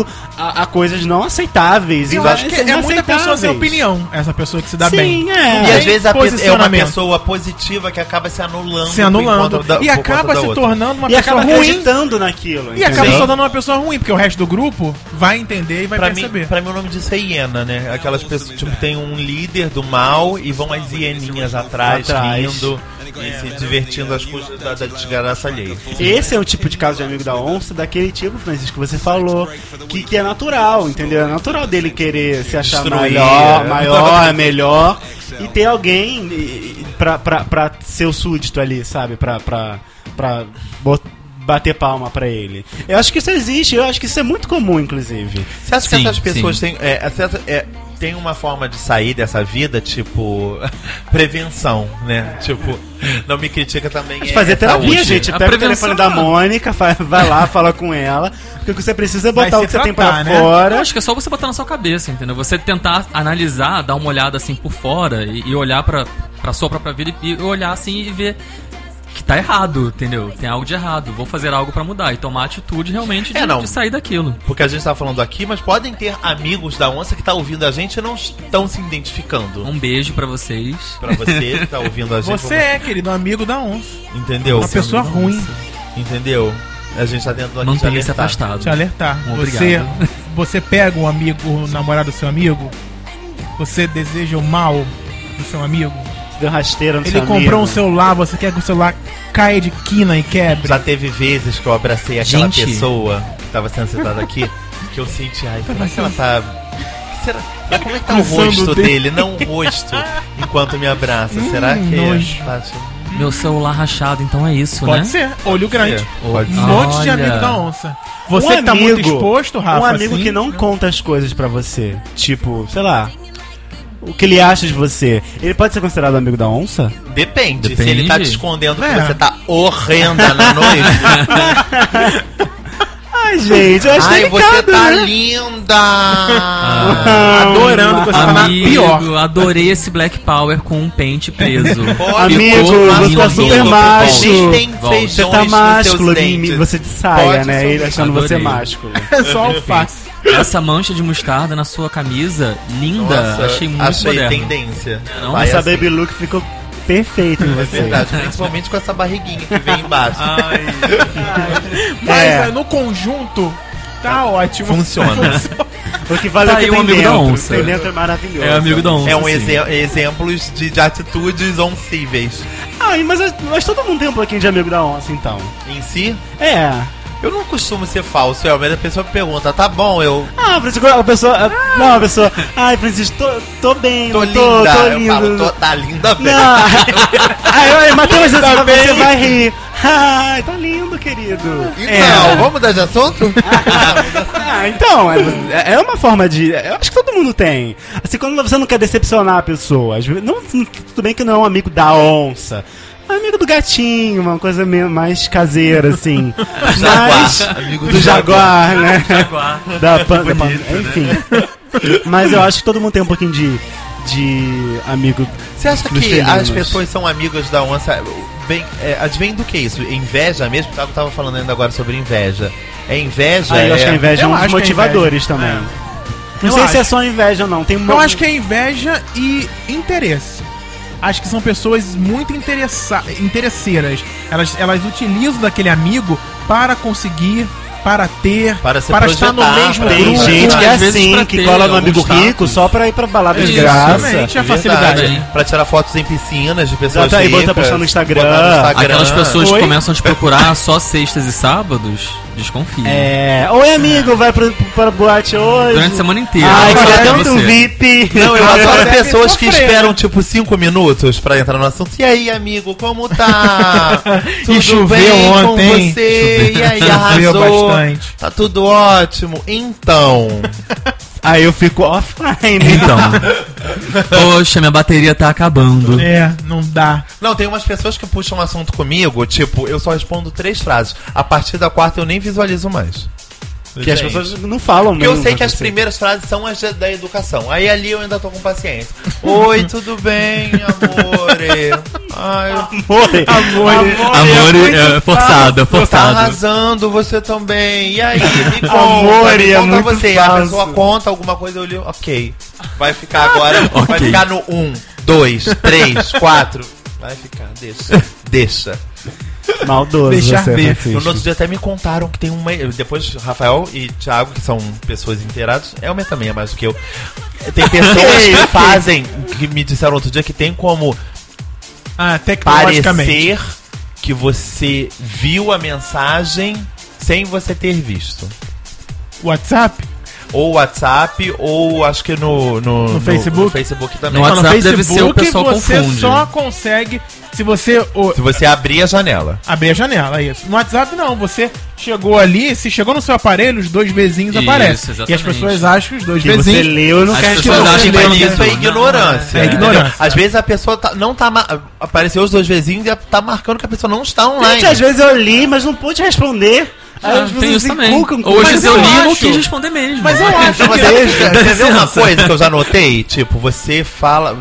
S2: submetendo a, a coisas não aceitáveis.
S1: Eu
S2: Inva-
S1: acho que é muita pessoa sem
S2: inaceitáveis.
S1: opinião, essa pessoa que se dá bem.
S2: Sim, é.
S3: E
S1: Tem
S3: às vezes a pe- é uma
S1: posicionamento.
S3: pessoa positiva que acaba se anulando.
S1: Se
S3: por
S1: anulando.
S3: conta da-
S1: e
S3: por conta
S1: acaba
S3: da
S1: se
S3: outra.
S1: tornando uma
S2: e
S1: pessoa
S2: acaba
S1: ruim.
S2: acreditando naquilo.
S1: E
S2: entendeu?
S1: acaba
S3: Sim.
S1: se tornando uma pessoa ruim, porque o resto do grupo vai entender e vai
S3: Pra mim,
S1: perceber.
S3: pra mim o nome disso é hiena, né? Aquelas pessoas, tipo, tem um líder do mal e vão as hieninhas atrás,
S2: Atrás.
S3: rindo e se divertindo às custas da, da desgraça alheia.
S2: Esse é o tipo de caso de amigo da onça, daquele tipo, Francisco, que você falou. Que, que é natural, entendeu? É natural dele querer se achar
S3: Destruir,
S2: maior,
S3: é.
S2: maior, é melhor. E ter alguém e- e- pra, pra, pra ser o súdito ali, sabe? Pra, pra, pra bot- bater palma pra ele. Eu acho que isso existe, eu acho que isso é muito comum, inclusive.
S3: Você acha
S4: Sim,
S3: que essas pessoas
S4: sim.
S3: têm. É, essa- é, tem uma forma de sair dessa vida, tipo. prevenção, né? Tipo, não me critica também. é
S2: De fazer terapia,
S3: saúde.
S2: gente.
S4: É, A
S2: Pega o
S4: prevenção,
S2: telefone da
S4: mano.
S2: Mônica, fa- vai lá, fala com ela. Porque o que você precisa é
S1: Vai
S2: botar o
S1: se
S2: que você tem pra
S1: tratar, né?
S2: fora.
S4: Eu acho que é só você botar na sua cabeça, entendeu? Você tentar analisar, dar uma olhada assim por fora e, e olhar pra, pra sua própria vida e, e olhar assim e ver que tá errado, entendeu? Tem algo de errado, vou fazer algo pra mudar e tomar atitude realmente de,
S3: É, não.
S4: de sair daquilo.
S3: Porque a gente tá falando aqui, mas podem ter amigos da onça que tá ouvindo a gente e não estão se identificando.
S4: Um beijo pra vocês.
S3: Pra você que tá ouvindo a gente.
S1: Você é, querido, um amigo da onça.
S3: vamos- Entendeu?
S1: Uma pessoa ruim.
S3: Entendeu? A gente tá tentando aqui te
S4: Mantenha-se
S3: alertar.
S4: afastado.
S1: Te alertar.
S4: Obrigado.
S1: Você, você pega o amigo, o namorado do seu amigo. Você deseja o mal do seu amigo.
S2: Deu rasteira no
S1: Ele
S2: seu
S1: comprou
S2: amigo.
S1: um celular, você quer que o celular caia de quina e quebre.
S3: Já teve vezes que eu abracei aquela
S4: Gente.
S3: pessoa que tava sendo citada aqui, que eu senti, ai, será que ela tá. Será, será- como é que tá o
S1: Cruzando
S3: rosto
S1: o dedo.
S3: dele? Não o rosto enquanto me abraça. será que.
S1: nojo.
S3: tá achando-
S4: Meu celular rachado, então é isso,
S1: Pode
S4: né?
S1: ser, olho grande.
S3: Pode
S1: Um
S3: ser.
S1: monte de
S4: Olha.
S1: amigo da onça. Você que tá muito exposto, Rafa.
S2: Um amigo
S1: assim,
S2: que não conta as coisas pra você. Tipo, sei lá. O que ele acha de você. Ele pode ser considerado amigo da onça?
S3: Depende. Se
S4: Depende.
S3: ele tá te escondendo que
S1: É.
S3: você tá horrenda na noite.
S2: Ai, gente, eu acho
S3: ai, você
S2: delicado,
S3: tá
S2: né? Ah.
S3: linda!
S1: Adorando que você tá na pior.
S4: Amigo, adorei esse Black Power com um pente preso.
S2: Amigo,
S4: Ficou
S2: você tá
S4: lindo.
S2: super
S4: Volta,
S2: macho.
S3: Existem
S4: volta.
S3: feijões
S2: Você tá
S3: nos
S2: másculo,
S3: seus
S2: de
S3: dentes.
S2: mim, você de saia,
S3: Pode
S2: né?
S3: ser. um
S2: Ele achando você
S4: Adorei.
S2: másculo.
S1: É só alface.
S4: Essa mancha de mostarda na sua camisa, linda.
S3: Nossa,
S4: achei muito
S3: achei
S4: moderno.
S3: tendência.
S4: Não?
S3: Vai
S2: Essa
S3: assim.
S2: baby look ficou perfeita em
S3: É
S2: você.
S3: verdade, principalmente com essa barriguinha que vem embaixo.
S1: Mas
S2: É.
S1: é, no conjunto, tá ótimo.
S3: Funciona.
S2: O que vale
S4: Tá
S2: é
S4: aí
S2: o
S4: um
S2: que tem
S4: amigo da
S2: dentro.
S4: onça.
S2: O que tem dentro é maravilhoso.
S4: É amigo da onça.
S3: É um
S4: sim.
S3: exe exemplos de, de atitudes oncíveis.
S2: Ai, mas, mas todo mundo tem um pouquinho de amigo da onça, então.
S3: Em si,
S2: É.
S3: eu não costumo ser falso, é, mas a pessoa pergunta, tá bom, eu
S2: Ah, Francisco, a pessoa. a- Não, a pessoa. Ai, Francisco, tô, tô bem,
S3: Ah.
S2: tô,
S3: tô linda.
S2: tô,
S3: eu
S2: lindo.
S3: falo, tô, tá linda
S2: Não,
S3: bem.
S2: Ah, ai, ai, matei mas essa você vai rir. Ai, tá lindo, querido. É.
S3: Então, vamos mudar de assunto?
S2: Ah, então, é, é uma forma de. Eu acho que todo mundo tem. Assim, quando você não quer decepcionar a pessoa, às vezes- não, tudo bem que não é um amigo da onça. é um Amigo do gatinho, uma coisa me- mais caseira, assim. Mas.
S3: Jaguar, amigo
S2: Do jaguar, né?
S4: Jaguar.
S3: né?
S2: da pan, da pan- enfim. Mas eu acho que todo mundo tem um pouquinho de, de amigo.
S3: Você acha
S2: dos
S3: que as
S2: felinos.
S3: pessoas são amigas da onça? Bem, é, advém do que isso? Inveja mesmo? O Thiago tava falando ainda agora sobre inveja. É inveja?
S2: Ah, eu acho
S3: é...
S2: que a inveja é
S1: Eu
S2: um
S1: acho
S2: dos
S1: que é
S2: motivadores
S1: inveja.
S2: também.
S1: É.
S2: Não
S1: Eu
S2: sei se é
S1: acho.
S2: só inveja, não. Tem uma-
S1: Eu acho que é inveja e interesse. Acho que são pessoas muito interessa interesseiras. Elas, elas utilizam daquele amigo para conseguir, para ter,
S3: Para se
S1: estar no
S3: projetar,
S1: mesmo
S3: para
S2: Tem
S1: grupo.
S3: Algumas
S2: gente que é
S4: às vezes pra
S2: assim, que
S4: ter
S2: cola no
S4: alguns
S2: amigo rico
S4: status.
S2: só pra ir pra balada de
S1: Isso,
S2: graça.
S1: exatamente, a
S3: Verdade.
S1: facilidade.
S3: Pra tirar fotos em piscinas de pessoas
S2: Bota aí, bota
S3: ricas,
S2: postar no Instagram.
S3: botar no Instagram.
S4: Aquelas pessoas
S2: Oi?
S4: que começam a te procurar só sextas e sábados, desconfia.
S2: É. Oi, amigo, vai pro, pra boate hoje.
S4: Durante a semana inteira.
S2: Ai,
S4: Ela
S2: queria
S4: vai
S2: tanto
S4: pra
S2: um
S4: você.
S2: VIP.
S3: Não, eu adoro
S1: Deve
S3: pessoas que
S1: sofrer,
S3: esperam tipo 5 minutos pra entrar no assunto. E aí, amigo, como tá? Tudo
S1: choveu
S3: bem
S1: ontem.
S3: com você? E aí,
S1: Choveu
S3: arrasou?
S1: bastante.
S3: Tá tudo ótimo. Então,
S2: Aí eu fico offline.
S4: Então. Poxa, minha bateria tá acabando.
S1: É, não dá.
S3: não, tem umas pessoas que puxam um assunto comigo, tipo, eu só respondo três frases. A partir da quarta eu nem visualizo mais.
S2: Que as
S3: Gente.
S2: pessoas não falam
S3: Porque
S2: mesmo.
S3: eu sei que as
S2: assim.
S3: primeiras frases são as da educação. Aí ali eu ainda tô com paciência. Oi, tudo bem, amore? Ai,
S2: Oi.
S3: amore.
S4: Amor é, forçado, é
S3: Tá
S4: forçado.
S3: arrasando você também. E aí, me conta,
S2: Amor,
S3: me
S2: é
S3: conta
S2: muito
S3: você. A
S2: fácil.
S3: pessoa conta alguma coisa, eu li, ok. Vai ficar agora, vai
S4: Ok.
S3: ficar no 1, 2, 3, 4. Vai ficar, deixa, deixa.
S2: Maldoso.
S1: Deixar
S2: você,
S1: ver.
S2: Francisco.
S3: No outro dia até me contaram que tem uma. Depois, Rafael e Thiago, que são pessoas inteiradas, Elmer também é mais do que eu. Tem pessoas que fazem, que me disseram outro dia que tem como
S1: Ah, tecnologicamente.
S3: parecer que você viu a mensagem sem você ter visto.
S1: WhatsApp?
S3: Ou WhatsApp, ou acho que no, no, no-
S1: Facebook?
S3: no Facebook também.
S4: No
S1: Não,
S4: WhatsApp deve ser, o pessoal
S1: você
S4: confunde.
S1: só consegue se você o-
S3: Se você abrir a janela.
S1: abrir a janela, é isso. No WhatsApp não, você chegou ali, se chegou no seu aparelho, os dois vizinhos
S4: Isso,
S1: aparecem. E as
S4: exatamente.
S1: pessoas acham que os dois
S2: Que você
S1: vizinhos.
S2: leu não
S4: As
S2: quer
S4: pessoas
S1: não,
S3: Mas
S4: acham que
S1: não,
S4: é
S3: isso é
S4: mesmo.
S3: ignorância.
S1: É
S3: entendeu?
S1: ignorância.
S3: Às vezes a pessoa tá- não tá. ma- Apareceu os dois vizinhos e tá marcando que a pessoa não está online.
S2: Gente, às vezes eu li, mas não pude responder. Aí
S4: Ah,
S2: as
S4: tem
S2: pessoas
S4: isso também.
S2: inculcam com-
S4: Hoje
S1: Mas
S4: eu
S1: eu
S4: li um e não
S1: acho-
S4: quis responder mesmo.
S1: Mas eu acho
S3: Então, mas
S1: que
S3: sabe que- quer ver uma
S4: licença.
S3: coisa que eu já notei? Tipo, você fala.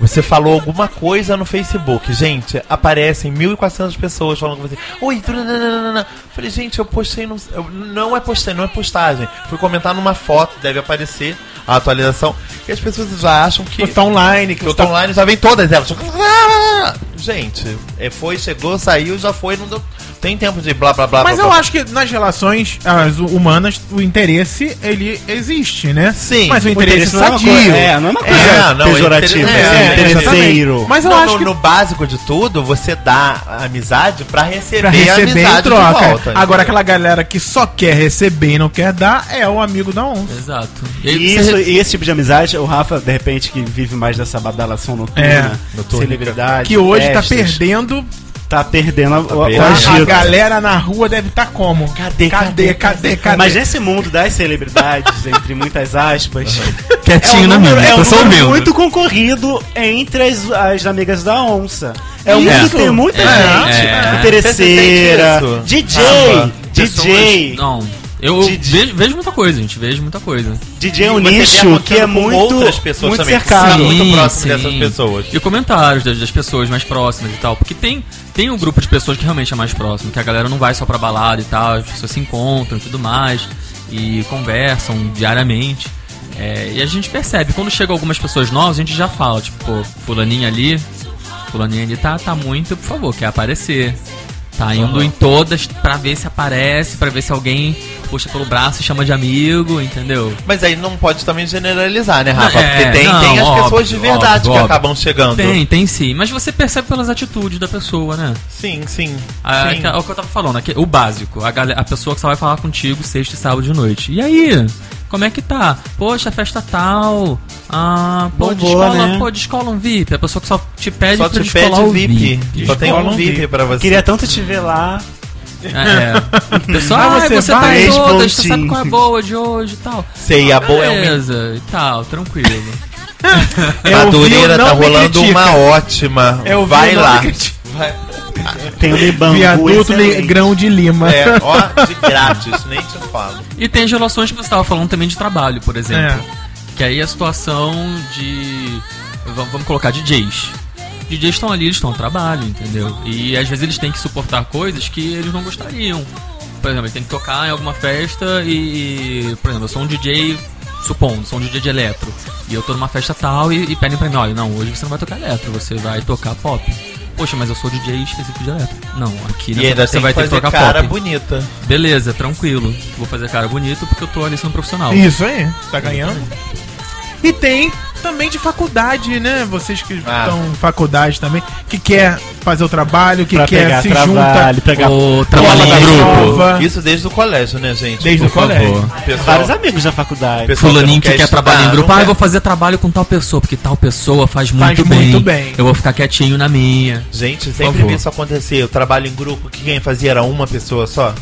S3: Você falou alguma coisa no Facebook. Gente, aparecem 1.400 pessoas falando com você. Oi, tu- nananana. Falei, gente, eu postei. No, eu- não é postei, não é postagem. Fui comentar numa foto, deve aparecer a atualização. E as pessoas já acham que.
S1: você tá online, que
S3: que eu
S1: você
S3: tô
S1: tá
S3: online, já vem todas elas. Ah! Gente, é, foi, chegou, saiu, já foi, não deu. Tem tempo de blá blá blá
S1: Mas
S3: blá,
S1: eu
S3: blá.
S1: acho que nas relações as humanas, o interesse, ele existe, né?
S3: Sim.
S1: Mas o
S2: O
S1: interesse,
S2: não é uma
S1: sadio.
S2: coisa- É, não é uma coisa
S3: É, não, é
S2: pejorativa.
S3: inter- é,
S2: É,
S1: é,
S2: interesseiro.
S1: Mas eu
S3: no,
S1: acho
S3: no-
S1: que
S3: no básico de tudo, você dá a amizade pra receber,
S1: pra receber
S3: a
S1: em
S3: amizade de
S1: troca.
S3: volta.
S1: Agora, aquela galera que só quer receber e não quer dar é o amigo da onça.
S4: Exato. E aí
S2: E
S4: você
S2: Isso, e esse tipo de amizade, o Rafa, de repente, que vive mais dessa badalação noturna,
S1: É,
S3: noturna.
S2: celebridade,
S1: Que hoje tá
S2: festas,
S1: perdendo.
S2: tá perdendo a, o-
S3: perdendo.
S2: o
S1: A,
S3: Tá,
S2: agito.
S1: a galera na rua deve estar tá como?
S3: Cadê,
S1: cadê, cadê? cadê,
S2: Mas nesse mundo das celebridades, entre muitas aspas,
S4: quietinho na
S2: número-
S4: minha,
S2: é um
S4: tô só
S2: número
S4: ouvindo.
S2: muito concorrido entre as, as amigas da onça. É um
S1: Isso.
S2: mundo que tem muita
S4: É,
S2: gente
S4: é.
S2: interesseira,
S3: Você sente
S2: DJ,
S3: Ah,
S2: DJ,
S4: Não. Eu eu
S2: Didi.
S4: vejo, vejo muita coisa, gente. Vejo muita coisa.
S2: DJ é um
S3: Você vê
S2: nicho que é
S3: acontecendo com
S2: muito,
S3: outras pessoas
S2: muito
S3: também.
S2: cercado.
S3: Sim. Tá muito próximo dessas pessoas.
S4: E comentários das, das pessoas mais próximas e tal. Porque tem, tem um grupo de pessoas que realmente é mais próximo, que a galera não vai só pra balada e tal, as pessoas se encontram e tudo mais, e conversam diariamente. É, e a gente percebe, quando chegam algumas pessoas novas, a gente já fala, tipo, pô, fulaninha ali, fulaninha ali tá, tá muito, por favor, quer aparecer. Tá indo em todas pra ver se aparece, pra ver se alguém puxa pelo braço e chama de amigo, entendeu?
S3: Mas aí não pode também generalizar, né, Rafa?
S4: É,
S3: Porque tem,
S4: não,
S3: tem as
S4: óbvio,
S3: pessoas de verdade
S4: óbvio,
S3: que
S4: óbvio.
S3: acabam chegando.
S4: Tem, tem sim. Mas você percebe pelas atitudes da pessoa, né?
S3: Sim, sim.
S4: Ah,
S3: sim.
S4: que- é o que eu tava falando, aqui, o básico. A, galera, a pessoa que só vai falar contigo sexta e sábado de noite. E aí? Como é que tá? Poxa, festa tal. Ah, pô,
S2: Bombou,
S4: descola,
S2: né?
S4: pô, descola um VIP. A pessoa que só te pede
S3: Só te
S4: pra descolar
S3: pede
S4: o
S3: VIP. Só tem
S1: Descola
S3: um
S1: um
S3: VIP
S1: VIP.
S3: pra você.
S2: Queria tanto te ver lá.
S4: É, é. Pessoal,
S1: Ah,
S4: ah,
S1: você
S4: você, tá
S2: vai,
S4: em todas, você
S2: ex-pontinho.
S4: sabe qual é a boa de hoje e tal.
S3: Sei, a boa é um
S4: Beleza, e tal, tranquilo.
S1: um,
S3: Madureira tá rolando
S1: uma
S3: uma ótima.
S1: Eu
S3: Vai lá.
S2: Tem o Libango.
S1: Viaduto
S2: excelente.
S1: Negrão de Lima.
S3: É, ó, de grátis, nem te falo.
S4: E tem as relações que você tava falando também de trabalho, por exemplo. Que aí a situação de. va- Vamos colocar DJs. DJs estão ali, eles estão no trabalho, entendeu? E às vezes eles têm que suportar coisas que eles não gostariam. Por exemplo, ele tem que tocar em alguma festa e. e, Por exemplo, eu sou um DJ, supondo, sou um DJ de eletro. E eu tô numa festa tal e, e pedem pra mim: olha, não, hoje você não vai tocar eletro, você vai tocar pop. Poxa, mas eu sou DJ específico de eletro. Não, aqui
S3: E
S4: nessa
S3: ainda
S4: festa você
S3: tem
S4: vai
S3: que
S4: ter que
S3: fazer
S4: tocar
S3: cara
S4: pop.
S3: bonita.
S4: Beleza, tranquilo. Vou fazer cara bonita porque eu tô ali sendo profissional.
S1: Isso aí, tá ganhando. E tem também de faculdade, né? Vocês que
S3: Ah.
S1: estão em faculdade também, que quer fazer o trabalho, que
S2: pra
S1: quer
S2: pegar
S1: se
S2: trabalho,
S1: junta.
S2: pegar.
S4: O
S1: Bola
S4: trabalho
S1: da
S4: em
S1: prova.
S4: grupo.
S3: Isso desde o colégio, né, gente?
S1: Desde o
S3: Por favor.
S1: colégio.
S3: Pessoal,
S2: Vários amigos da faculdade.
S3: pessoal
S4: Fulaninho que quer,
S3: estudar,
S4: trabalhar em grupo.
S3: não
S4: Ah,
S3: quer-
S4: eu vou fazer trabalho com tal pessoa, porque tal pessoa faz muito bem.
S1: muito bem.
S4: Eu vou ficar quietinho na minha.
S3: Gente, sempre
S4: favor.
S3: vi isso acontecer. Eu trabalho em grupo que quem fazia era uma pessoa só.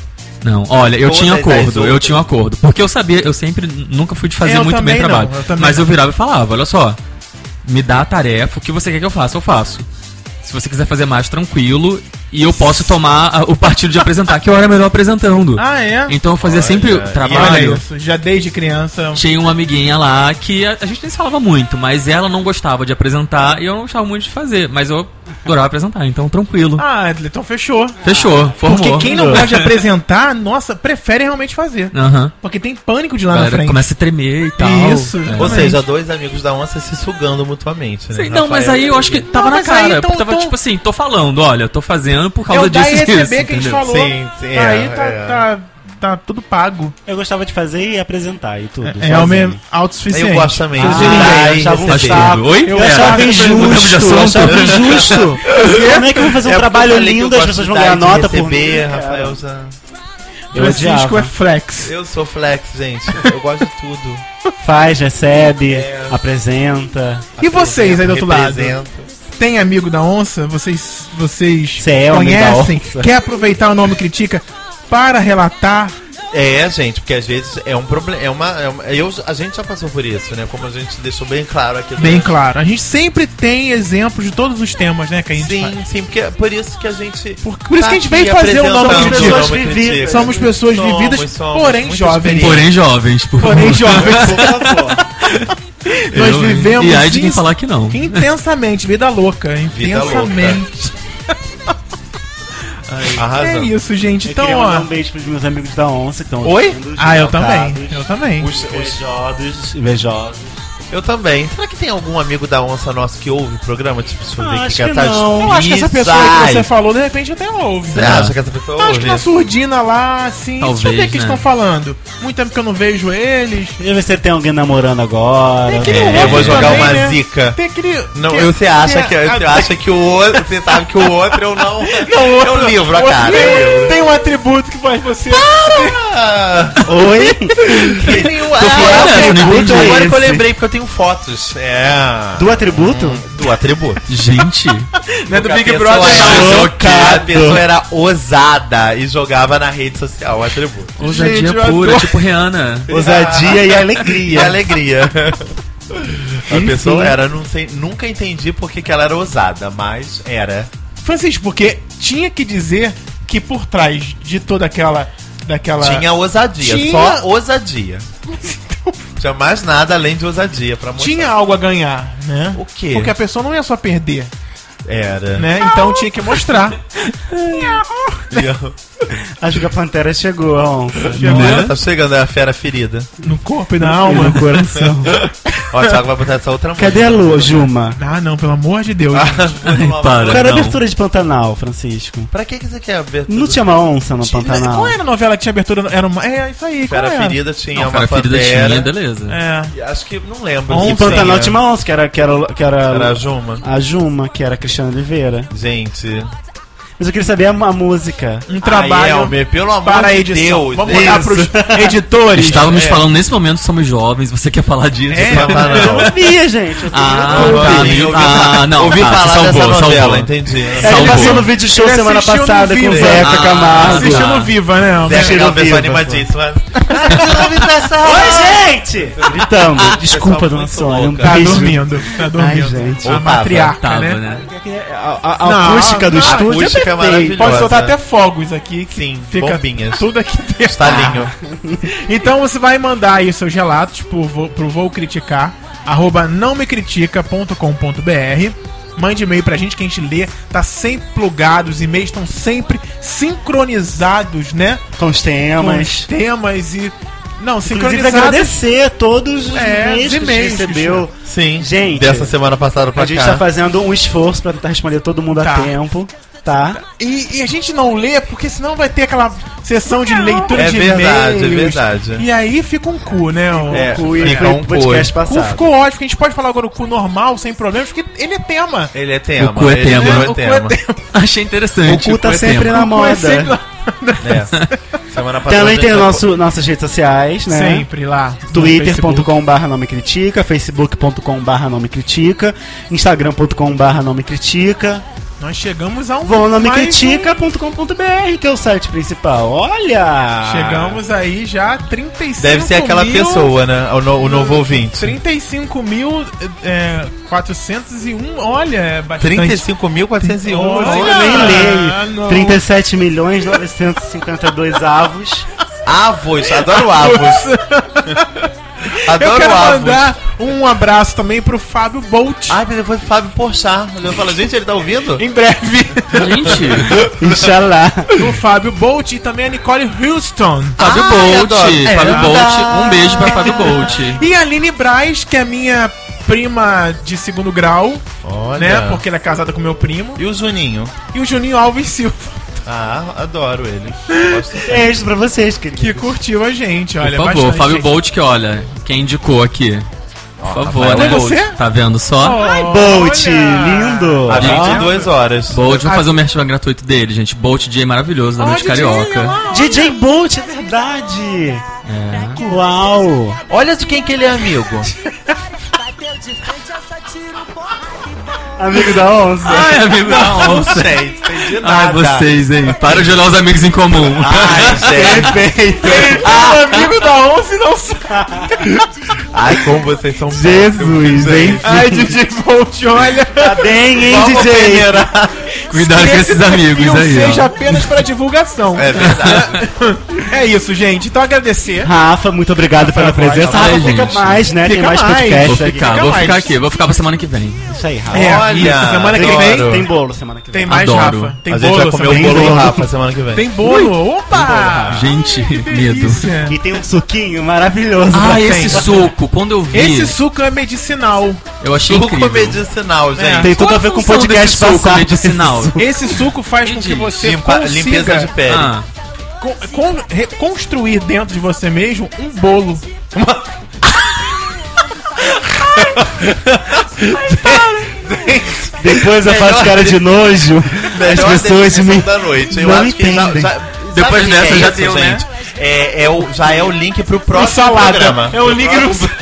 S4: Não, olha, eu
S3: Todas
S4: tinha
S3: as
S4: acordo, eu
S3: outras.
S4: tinha um acordo. Porque eu sabia, eu sempre nunca fui de fazer
S1: Eu
S4: muito bem
S1: também
S4: trabalho.
S1: não, eu também
S4: mas eu
S1: não.
S4: virava e falava, olha só, me dá a tarefa, o que você quer que eu faça, eu faço. Se você quiser fazer mais, tranquilo. E eu posso tomar a- o partido de apresentar, que eu era melhor apresentando.
S1: Ah, é?
S4: Então eu fazia sempre
S3: e
S1: Olha
S4: trabalho.
S1: isso, já desde criança.
S4: Tinha uma amiguinha lá que a, a gente nem se falava muito, mas ela não gostava de apresentar e eu não gostava muito de fazer, mas eu adorava apresentar, então tranquilo.
S1: Ah, então fechou.
S4: Fechou, formou.
S1: Porque quem não gosta de apresentar, nossa, prefere realmente fazer.
S4: Aham.
S1: Porque tem pânico de
S4: A
S1: lá na
S4: galera
S1: frente.
S4: começa a tremer e tal. É.
S1: Isso.
S3: Ou
S1: Exatamente.
S3: seja, dois amigos da onça se sugando mutuamente, né?
S4: Sei, não, mas
S3: Rafael
S4: aí eu acho que tava
S1: Não,
S4: na
S1: mas aí,
S4: cara.
S1: então,
S4: porque tava
S1: então-
S4: tipo assim, tô falando, olha, tô fazendo por causa
S1: é o
S4: disso.
S1: dar e
S4: e isso,
S1: receber que a gente
S4: entendeu?
S1: falou.
S3: Sim, sim,
S1: aí
S3: é,
S1: tá,
S3: é.
S1: Tá, tá tudo pago.
S2: Eu gostava de fazer e apresentar e tudo.
S1: É
S2: sozinho.
S1: o mesmo
S3: Aí
S1: autossuficiente.
S3: eu gosto também. Tá,
S2: Ah,
S3: de dar e
S2: já vou
S3: receber.
S2: achar-
S4: Oi?
S2: Eu
S4: Pera,
S2: achava
S4: mudamos de
S2: injusto, eu
S4: assunto?
S2: achava injusto. Como é que eu vou fazer um
S3: É porque eu
S2: trabalho
S3: falei que
S2: lindo,
S3: eu
S2: as
S3: gosto
S2: pessoas
S3: de
S2: vão
S3: dar
S2: ganhar
S3: e de
S2: nota por
S3: receber,
S2: Cara,
S3: Rafael já...
S2: Eu
S1: Francisco é
S2: odiava.
S1: flex.
S3: Eu sou flex, gente. Eu gosto de tudo.
S2: Faz, recebe,
S3: É.
S2: apresenta.
S1: E vocês aí do outro lado?
S3: Represento.
S1: Tem amigo da onça? Vocês, vocês
S2: Cê é amigo da
S1: conhecem?
S2: onça.
S1: Quer aproveitar o nome Critica para relatar?
S3: É, gente, porque às vezes é um problema. É uma, é uma- eu, a gente já passou por isso, né? Como a gente deixou bem claro aqui.
S1: Bem
S3: durante-
S1: claro. A gente sempre tem exemplos de todos os temas, né, que a gente faz.
S3: Sim, sim, porque é por isso que a gente.
S1: Por, por isso
S3: tá
S1: que a gente
S3: aqui
S1: veio fazer o nome
S3: apresentando
S1: Critica.
S3: o Nome Critica.
S2: vividas.
S1: Somos pessoas
S3: Somos,
S1: vividas,
S3: somos,
S1: porém
S3: muito
S1: jovens.
S3: experientes.
S4: Porém jovens, por
S1: Porém
S4: favor.
S1: jovens.
S3: Por favor.
S1: Nós
S4: Eu, hein?
S1: vivemos
S4: E aí de quem
S1: isso.
S4: falar que não.
S1: Intensamente, vida louca,
S3: Vida louca.
S1: intensamente.
S3: Arrasou.
S1: É isso, gente.
S2: Eu
S1: Então,
S2: queria mandar
S1: ó.
S2: um beijo pros meus amigos da Onça que estão
S1: Oi?
S2: ouvindo, os
S1: Ah, eu
S2: revoltados,
S1: também. Eu também.
S2: Os invejosos, invejosos.
S3: Eu também. Será que tem algum amigo da onça nosso que ouve o programa? Tipo, deixa eu ver
S2: Ah,
S3: aqui,
S2: acho
S3: que
S2: que
S3: tá
S2: não.
S1: Eu acho que essa pessoa que você
S3: Sai.
S1: falou, de repente, até ouve.
S3: Você acha que essa pessoa
S1: Eu acho que
S3: ouve?
S1: na surdina lá, assim. deixa eu ver o
S4: Talvez,
S1: que eles
S4: né?
S1: estão falando. Muito tempo que eu não vejo eles.
S2: Deixa eu ver se tem alguém namorando agora.
S1: Tem aquele
S3: É,
S1: outro
S3: eu vou jogar
S1: também,
S3: uma
S1: né?
S3: zica.
S1: Tem aquele.
S3: Não,
S1: que-
S3: eu- você acha
S1: que-
S3: que você
S1: a-
S3: acha que o outro, você sabe que o outro eu não, não eu livro a
S1: outro-
S3: cara. Eu livro.
S1: Tem um atributo que faz você.
S3: Ah,
S2: Oi?
S3: tem o-
S4: fora
S3: ah,
S4: dessa,
S3: eu
S4: não
S3: tenho-
S4: entendi
S3: Agora que eu
S2: esse.
S3: lembrei porque eu tenho fotos. É Hum,
S2: Do atributo?
S3: do atributo.
S4: Gente,
S1: Não é do
S3: Porque
S1: Big
S3: a
S1: Brother,
S3: pessoa
S1: não.
S3: era-
S2: Chocado.
S3: A pessoa era ousada e jogava na rede social o atributo.
S4: ousadia
S1: Gente, eu
S4: pura,
S1: adoro.
S4: tipo Rihanna.
S2: Ousadia e
S3: E
S2: alegria.
S3: alegria. A
S2: Enfim.
S3: pessoa era, não sei, nunca entendi porque que ela era ousada, mas era.
S1: Francisco, porque tinha que dizer que por trás de toda aquela. Daquela.
S3: Tinha ousadia,
S1: Tinha-
S3: só ousadia. Tinha mais nada além de ousadia pra mostrar.
S1: tinha algo a ganhar, né?
S3: O quê?
S1: Porque a pessoa não ia só perder,
S3: Era.
S1: né? Então tinha que mostrar.
S3: E eu-
S2: Acho que a Pantera chegou, a onça.
S1: Né?
S3: Olha, Tá chegando a fera ferida.
S1: No corpo e na
S2: Alma.
S1: alma.
S2: coração.
S3: Ó, o Thiago vai botar essa outra
S2: Cadê a Lu, Juma?
S1: Ah, não, pelo amor de Deus.
S3: Ah,
S4: para.
S2: Qual era a
S4: Não.
S2: abertura de Pantanal, Francisco?
S3: Pra que, que você quer abertura?
S2: Não tá tinha uma onça no
S1: Mas
S2: Pantanal?
S1: né? Qual era a novela que tinha abertura? Era uma... É, isso aí, qual
S3: Fera
S1: era?
S3: ferida tinha
S4: Não,
S3: uma
S4: cara, ferida
S3: pantera.
S4: tinha, beleza.
S1: É.
S3: E Acho que não lembro.
S1: Um
S2: E
S3: Onça,
S2: Pantanal
S3: né?
S2: tinha uma onça, que era, que era, que era,
S3: Era a Juma.
S2: a Juma, que era a Cristiana Oliveira.
S3: Gente.
S2: Mas eu queria saber a, a música.
S1: Um trabalho
S3: Ai, Elmer, pelo amor
S1: para a
S3: de
S1: edição.
S3: Deus.
S1: Vamos olhar
S3: isso.
S1: pros editores.
S4: Estávamos falando nesse momento, somos jovens, você quer falar disso?
S1: É.
S2: Eu
S3: Pantanal.
S2: não via, gente. Eu
S4: Ah,
S3: Eu
S4: tá,
S3: ouvi-
S4: amigo.
S3: eu ouvi
S4: Ah,
S3: falar-
S4: não,
S3: ouvi
S4: tá,
S3: falar
S4: você salvou,
S3: dessa novela,
S4: salvou.
S3: entendi.
S2: É,
S4: Salvou.
S2: ele passou no vídeo show
S1: Ele
S2: semana
S1: assistiu, eu não
S2: passada
S1: vi,
S2: com o
S1: né?
S2: Zeca
S4: Ah,
S2: Camargo.
S1: Assistiu
S4: Ah.
S1: no Viva, né?
S3: Zé, aquela pessoa
S2: viva,
S3: animadíssima.
S2: Oi, gente! Gritando. Desculpa,
S3: Pessoal
S2: dona
S3: muito
S2: Sônia. Um
S3: louca.
S1: Tá
S2: beijo.
S1: dormindo. Tá dormindo.
S2: Ai, gente.
S1: A
S3: Ou
S1: matriarca,
S4: Tava,
S1: né?
S4: né?
S2: A, a- a
S1: Não,
S2: acústica do
S1: não,
S2: estúdio
S3: acústica
S2: é
S3: é
S2: Perfeito.
S3: maravilhosa.
S1: Pode soltar até fogos aqui. Que
S3: Sim,
S1: fica
S3: bombinhas. Tá
S1: Tudo é aqui dentro.
S3: Estalinho.
S1: Então você vai mandar aí seus relatos pro, Vou- pro Vou Criticar, arroba nãomecritica.com.br. Mande e-mail pra gente que a gente lê, tá sempre plugado, os e-mails estão sempre sincronizados, né?
S2: Com os
S1: Com
S2: temas.
S1: os temas e. Não,
S2: Inclusive,
S1: sincronizados.
S2: agradecer a todos os
S1: É,
S2: e-mails
S1: os
S2: que a gente
S1: e-mails que
S2: recebeu.
S3: Sim.
S2: Gente,
S3: Dessa semana passada pra
S2: A gente
S3: cá.
S2: tá fazendo um esforço pra tentar responder todo mundo
S1: Tá.
S2: a tempo, tá?
S1: E, e a gente não lê porque senão vai ter aquela sessão de leitura
S3: É
S1: de
S3: verdade,
S1: e-mails.
S3: é verdade.
S1: E aí fica um cu, né? O
S3: É,
S2: Cu e
S3: fica
S2: foi
S3: um
S2: podcast
S1: cu
S2: passado.
S1: ficou ótimo, que a gente pode falar agora o cu normal, sem problemas, porque ele é tema.
S3: Ele é tema.
S4: O cu é
S3: ele
S4: tema.
S3: virou
S1: O cu é
S3: tema.
S4: Achei interessante.
S2: O cu tá
S4: é
S2: sempre na
S4: tema.
S1: O cu é
S2: moda.
S3: né?
S1: sempre lá-
S3: É. Semana
S2: Então,
S3: passada.
S2: além
S3: a gente
S2: tem
S3: já-
S2: nosso, nossas redes sociais, né?
S1: Sempre lá. no Facebook.
S2: twitter.com.br não me critica, facebook.com.br não me critica, instagram.com.br não me critica,
S1: Nós chegamos a um.
S2: vão não me
S1: mais um-
S2: critica.com.br, que é o site principal. Olha!
S1: Ah. Chegamos aí já a 35
S3: Deve ser aquela
S1: mil-
S3: pessoa, né? O, no- o novo ouvinte.
S1: é, 35.401, olha, é bastante.
S3: 35.411.
S1: Olha!
S2: Eu nem leio.
S1: Ah, não.
S2: 37 milhões 952 avos.
S3: Avos, adoro avos.
S1: Eu
S3: adoro
S1: quero
S3: avos. Ah.
S1: mandar um abraço também pro Fábio Bolt.
S3: Ai, mas depois Fábio Porchat. Eu falo, gente, ele tá ouvindo?
S1: Em breve,
S4: Gente,
S2: Inxalá.
S1: o Fábio Bolt e também a Nicole Houston.
S4: Fábio
S3: Ai,
S4: Bolt.
S3: adoro. É
S4: Fábio Bolt.
S3: verdade.
S4: Um beijo pra Fábio Bolt.
S1: E a Aline Braz, que é minha prima de segundo grau,
S3: Olha.
S1: né? Porque ela é casada com meu primo.
S3: E o Juninho?
S1: E o Juninho Alves Silva,
S3: Ah, adoro ele. Gosto sempre.
S2: Beijo É pra vocês, queridos.
S1: que curtiu a gente, olha.
S4: Por favor,
S1: bastante,
S4: Fábio
S1: gente.
S4: Bolt, que olha, quem indicou aqui. Por favor,
S3: Rafael
S4: né?
S1: Bolt. Você?
S4: Tá vendo só?
S1: Ai,
S2: Bolt,
S1: olha!
S2: lindo.
S3: Há
S4: Gente,
S3: 22 horas.
S4: Bolt, vou fazer o um merchan gratuito dele, gente. Bolt DJ maravilhoso da
S1: Ó,
S4: Noite
S1: DJ, olha
S4: Carioca.
S1: lá, ó.
S2: DJ Bolt, é verdade.
S1: É.
S2: Uau.
S3: Olha de quem que ele é amigo.
S2: Amigo da onça.
S4: Ai, É, amigo da onça.
S3: sei, entendi
S4: Ai, vocês, hein? Para de olhar os amigos em comum.
S1: Ah,
S3: Ai, gente.
S2: Perfeito.
S1: O É um amigo da Onze não sabe.
S3: Ai, como vocês são
S2: Jesus, hein?
S1: Ai, DJ Bolt, olha.
S2: Tá bem, hein,
S3: Vamos
S2: DJ?
S3: peneirar.
S4: Cuidado com esses amigos
S1: Não
S4: é aí.
S1: seja
S4: ó.
S1: apenas para divulgação.
S3: É verdade.
S1: É isso, gente. Então agradecer.
S2: Rafa, muito obrigado pela
S1: Rafa,
S2: presença.
S4: vai,
S2: Rafa,
S4: gente.
S2: fica mais, né? Tem
S1: tá Fica
S2: mais
S1: mais.
S4: Vou
S2: podcast. aqui.
S4: ficar,
S1: Fica
S4: vou
S1: mais.
S4: ficar aqui. Vou ficar pra semana que vem.
S2: Isso aí, Rafa.
S1: É,
S3: Olha,
S1: isso, semana que vem
S3: adoro.
S2: Tem bolo semana que vem.
S1: Tem mais,
S4: Adoro.
S1: Rafa. Tem
S3: A gente vai
S1: bolo.
S3: comer
S1: semana
S3: o
S1: que
S3: bolo do
S1: vem.
S3: Rafa semana que vem.
S1: Tem bolo. Opa!
S4: Gente, medo.
S1: delícia.
S2: E tem um suquinho maravilhoso.
S4: Ah,
S2: Tem.
S4: esse suco, quando eu vi,
S1: Esse suco é medicinal.
S4: eu achei
S3: Suco
S4: incrível.
S3: medicinal, gente.
S2: Tem tudo
S4: Qual
S2: a ver com o
S4: função
S2: podcast
S4: desse suco
S2: passado.
S4: medicinal?
S1: Esse suco faz com
S4: Entendi.
S1: que você
S3: Limpa-
S1: consiga
S3: limpeza de pele.
S4: Ah,
S1: con- con- re- construir dentro de você mesmo um bolo.
S2: Depois eu faço
S3: Melhor-
S2: cara de nojo. As
S3: Melhor
S2: pessoas
S3: definição
S2: me.
S3: da noite. Eu
S2: não
S3: acho que já,
S2: entendem.
S3: já-
S4: Depois
S3: sabe o que
S4: dessa
S3: que é
S4: já
S3: isso,
S4: deu, né?
S3: É, é o, já é o link pro
S1: Pro
S3: próximo
S1: Um salada.
S3: programa.
S1: É o link
S3: Pro
S1: no...
S3: próximo-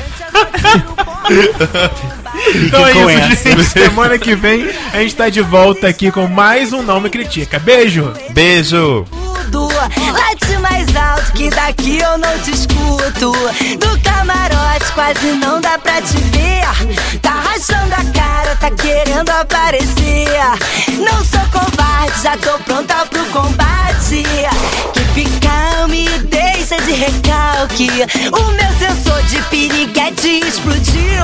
S1: Então é
S2: Fiquem com
S1: isso,
S2: essa.
S1: gente. Semana que vem a gente tá de volta aqui com mais um Não Me Critica. Beijo!
S3: Beijo.
S5: tudo. Late mais alto que daqui eu não te escuto. Do camarote quase não dá pra te ver. Tá rachando a cara, tá querendo aparecer. Não sou covarde, já tô pronta pro combate. Que ficar me deixa de recalque. O meu sensor de piriguete explodiu.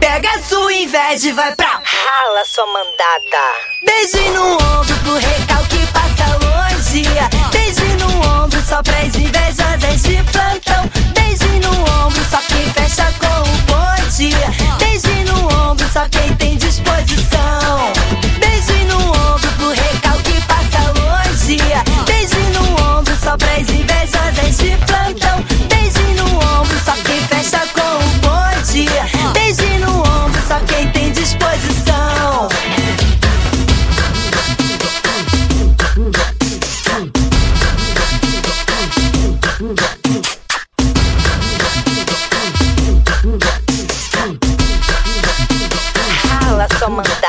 S5: Pega a sua inveja e vai pra rala sua mandada. Beijinho no ombro pro recalque passa longe. Beijinho no ombro só pras invejosas de plantão. Beijinho no ombro só quem fecha com o bonde. Beijinho no ombro só quem tem disposição. Beijinho no ombro pro recalque passa longe. Beijinho no ombro só pras invejosas de plantão. Beijinho no ombro só quem fecha com o bonde. Beijinho no ombro só quem tem disposição. Rala sua mandada.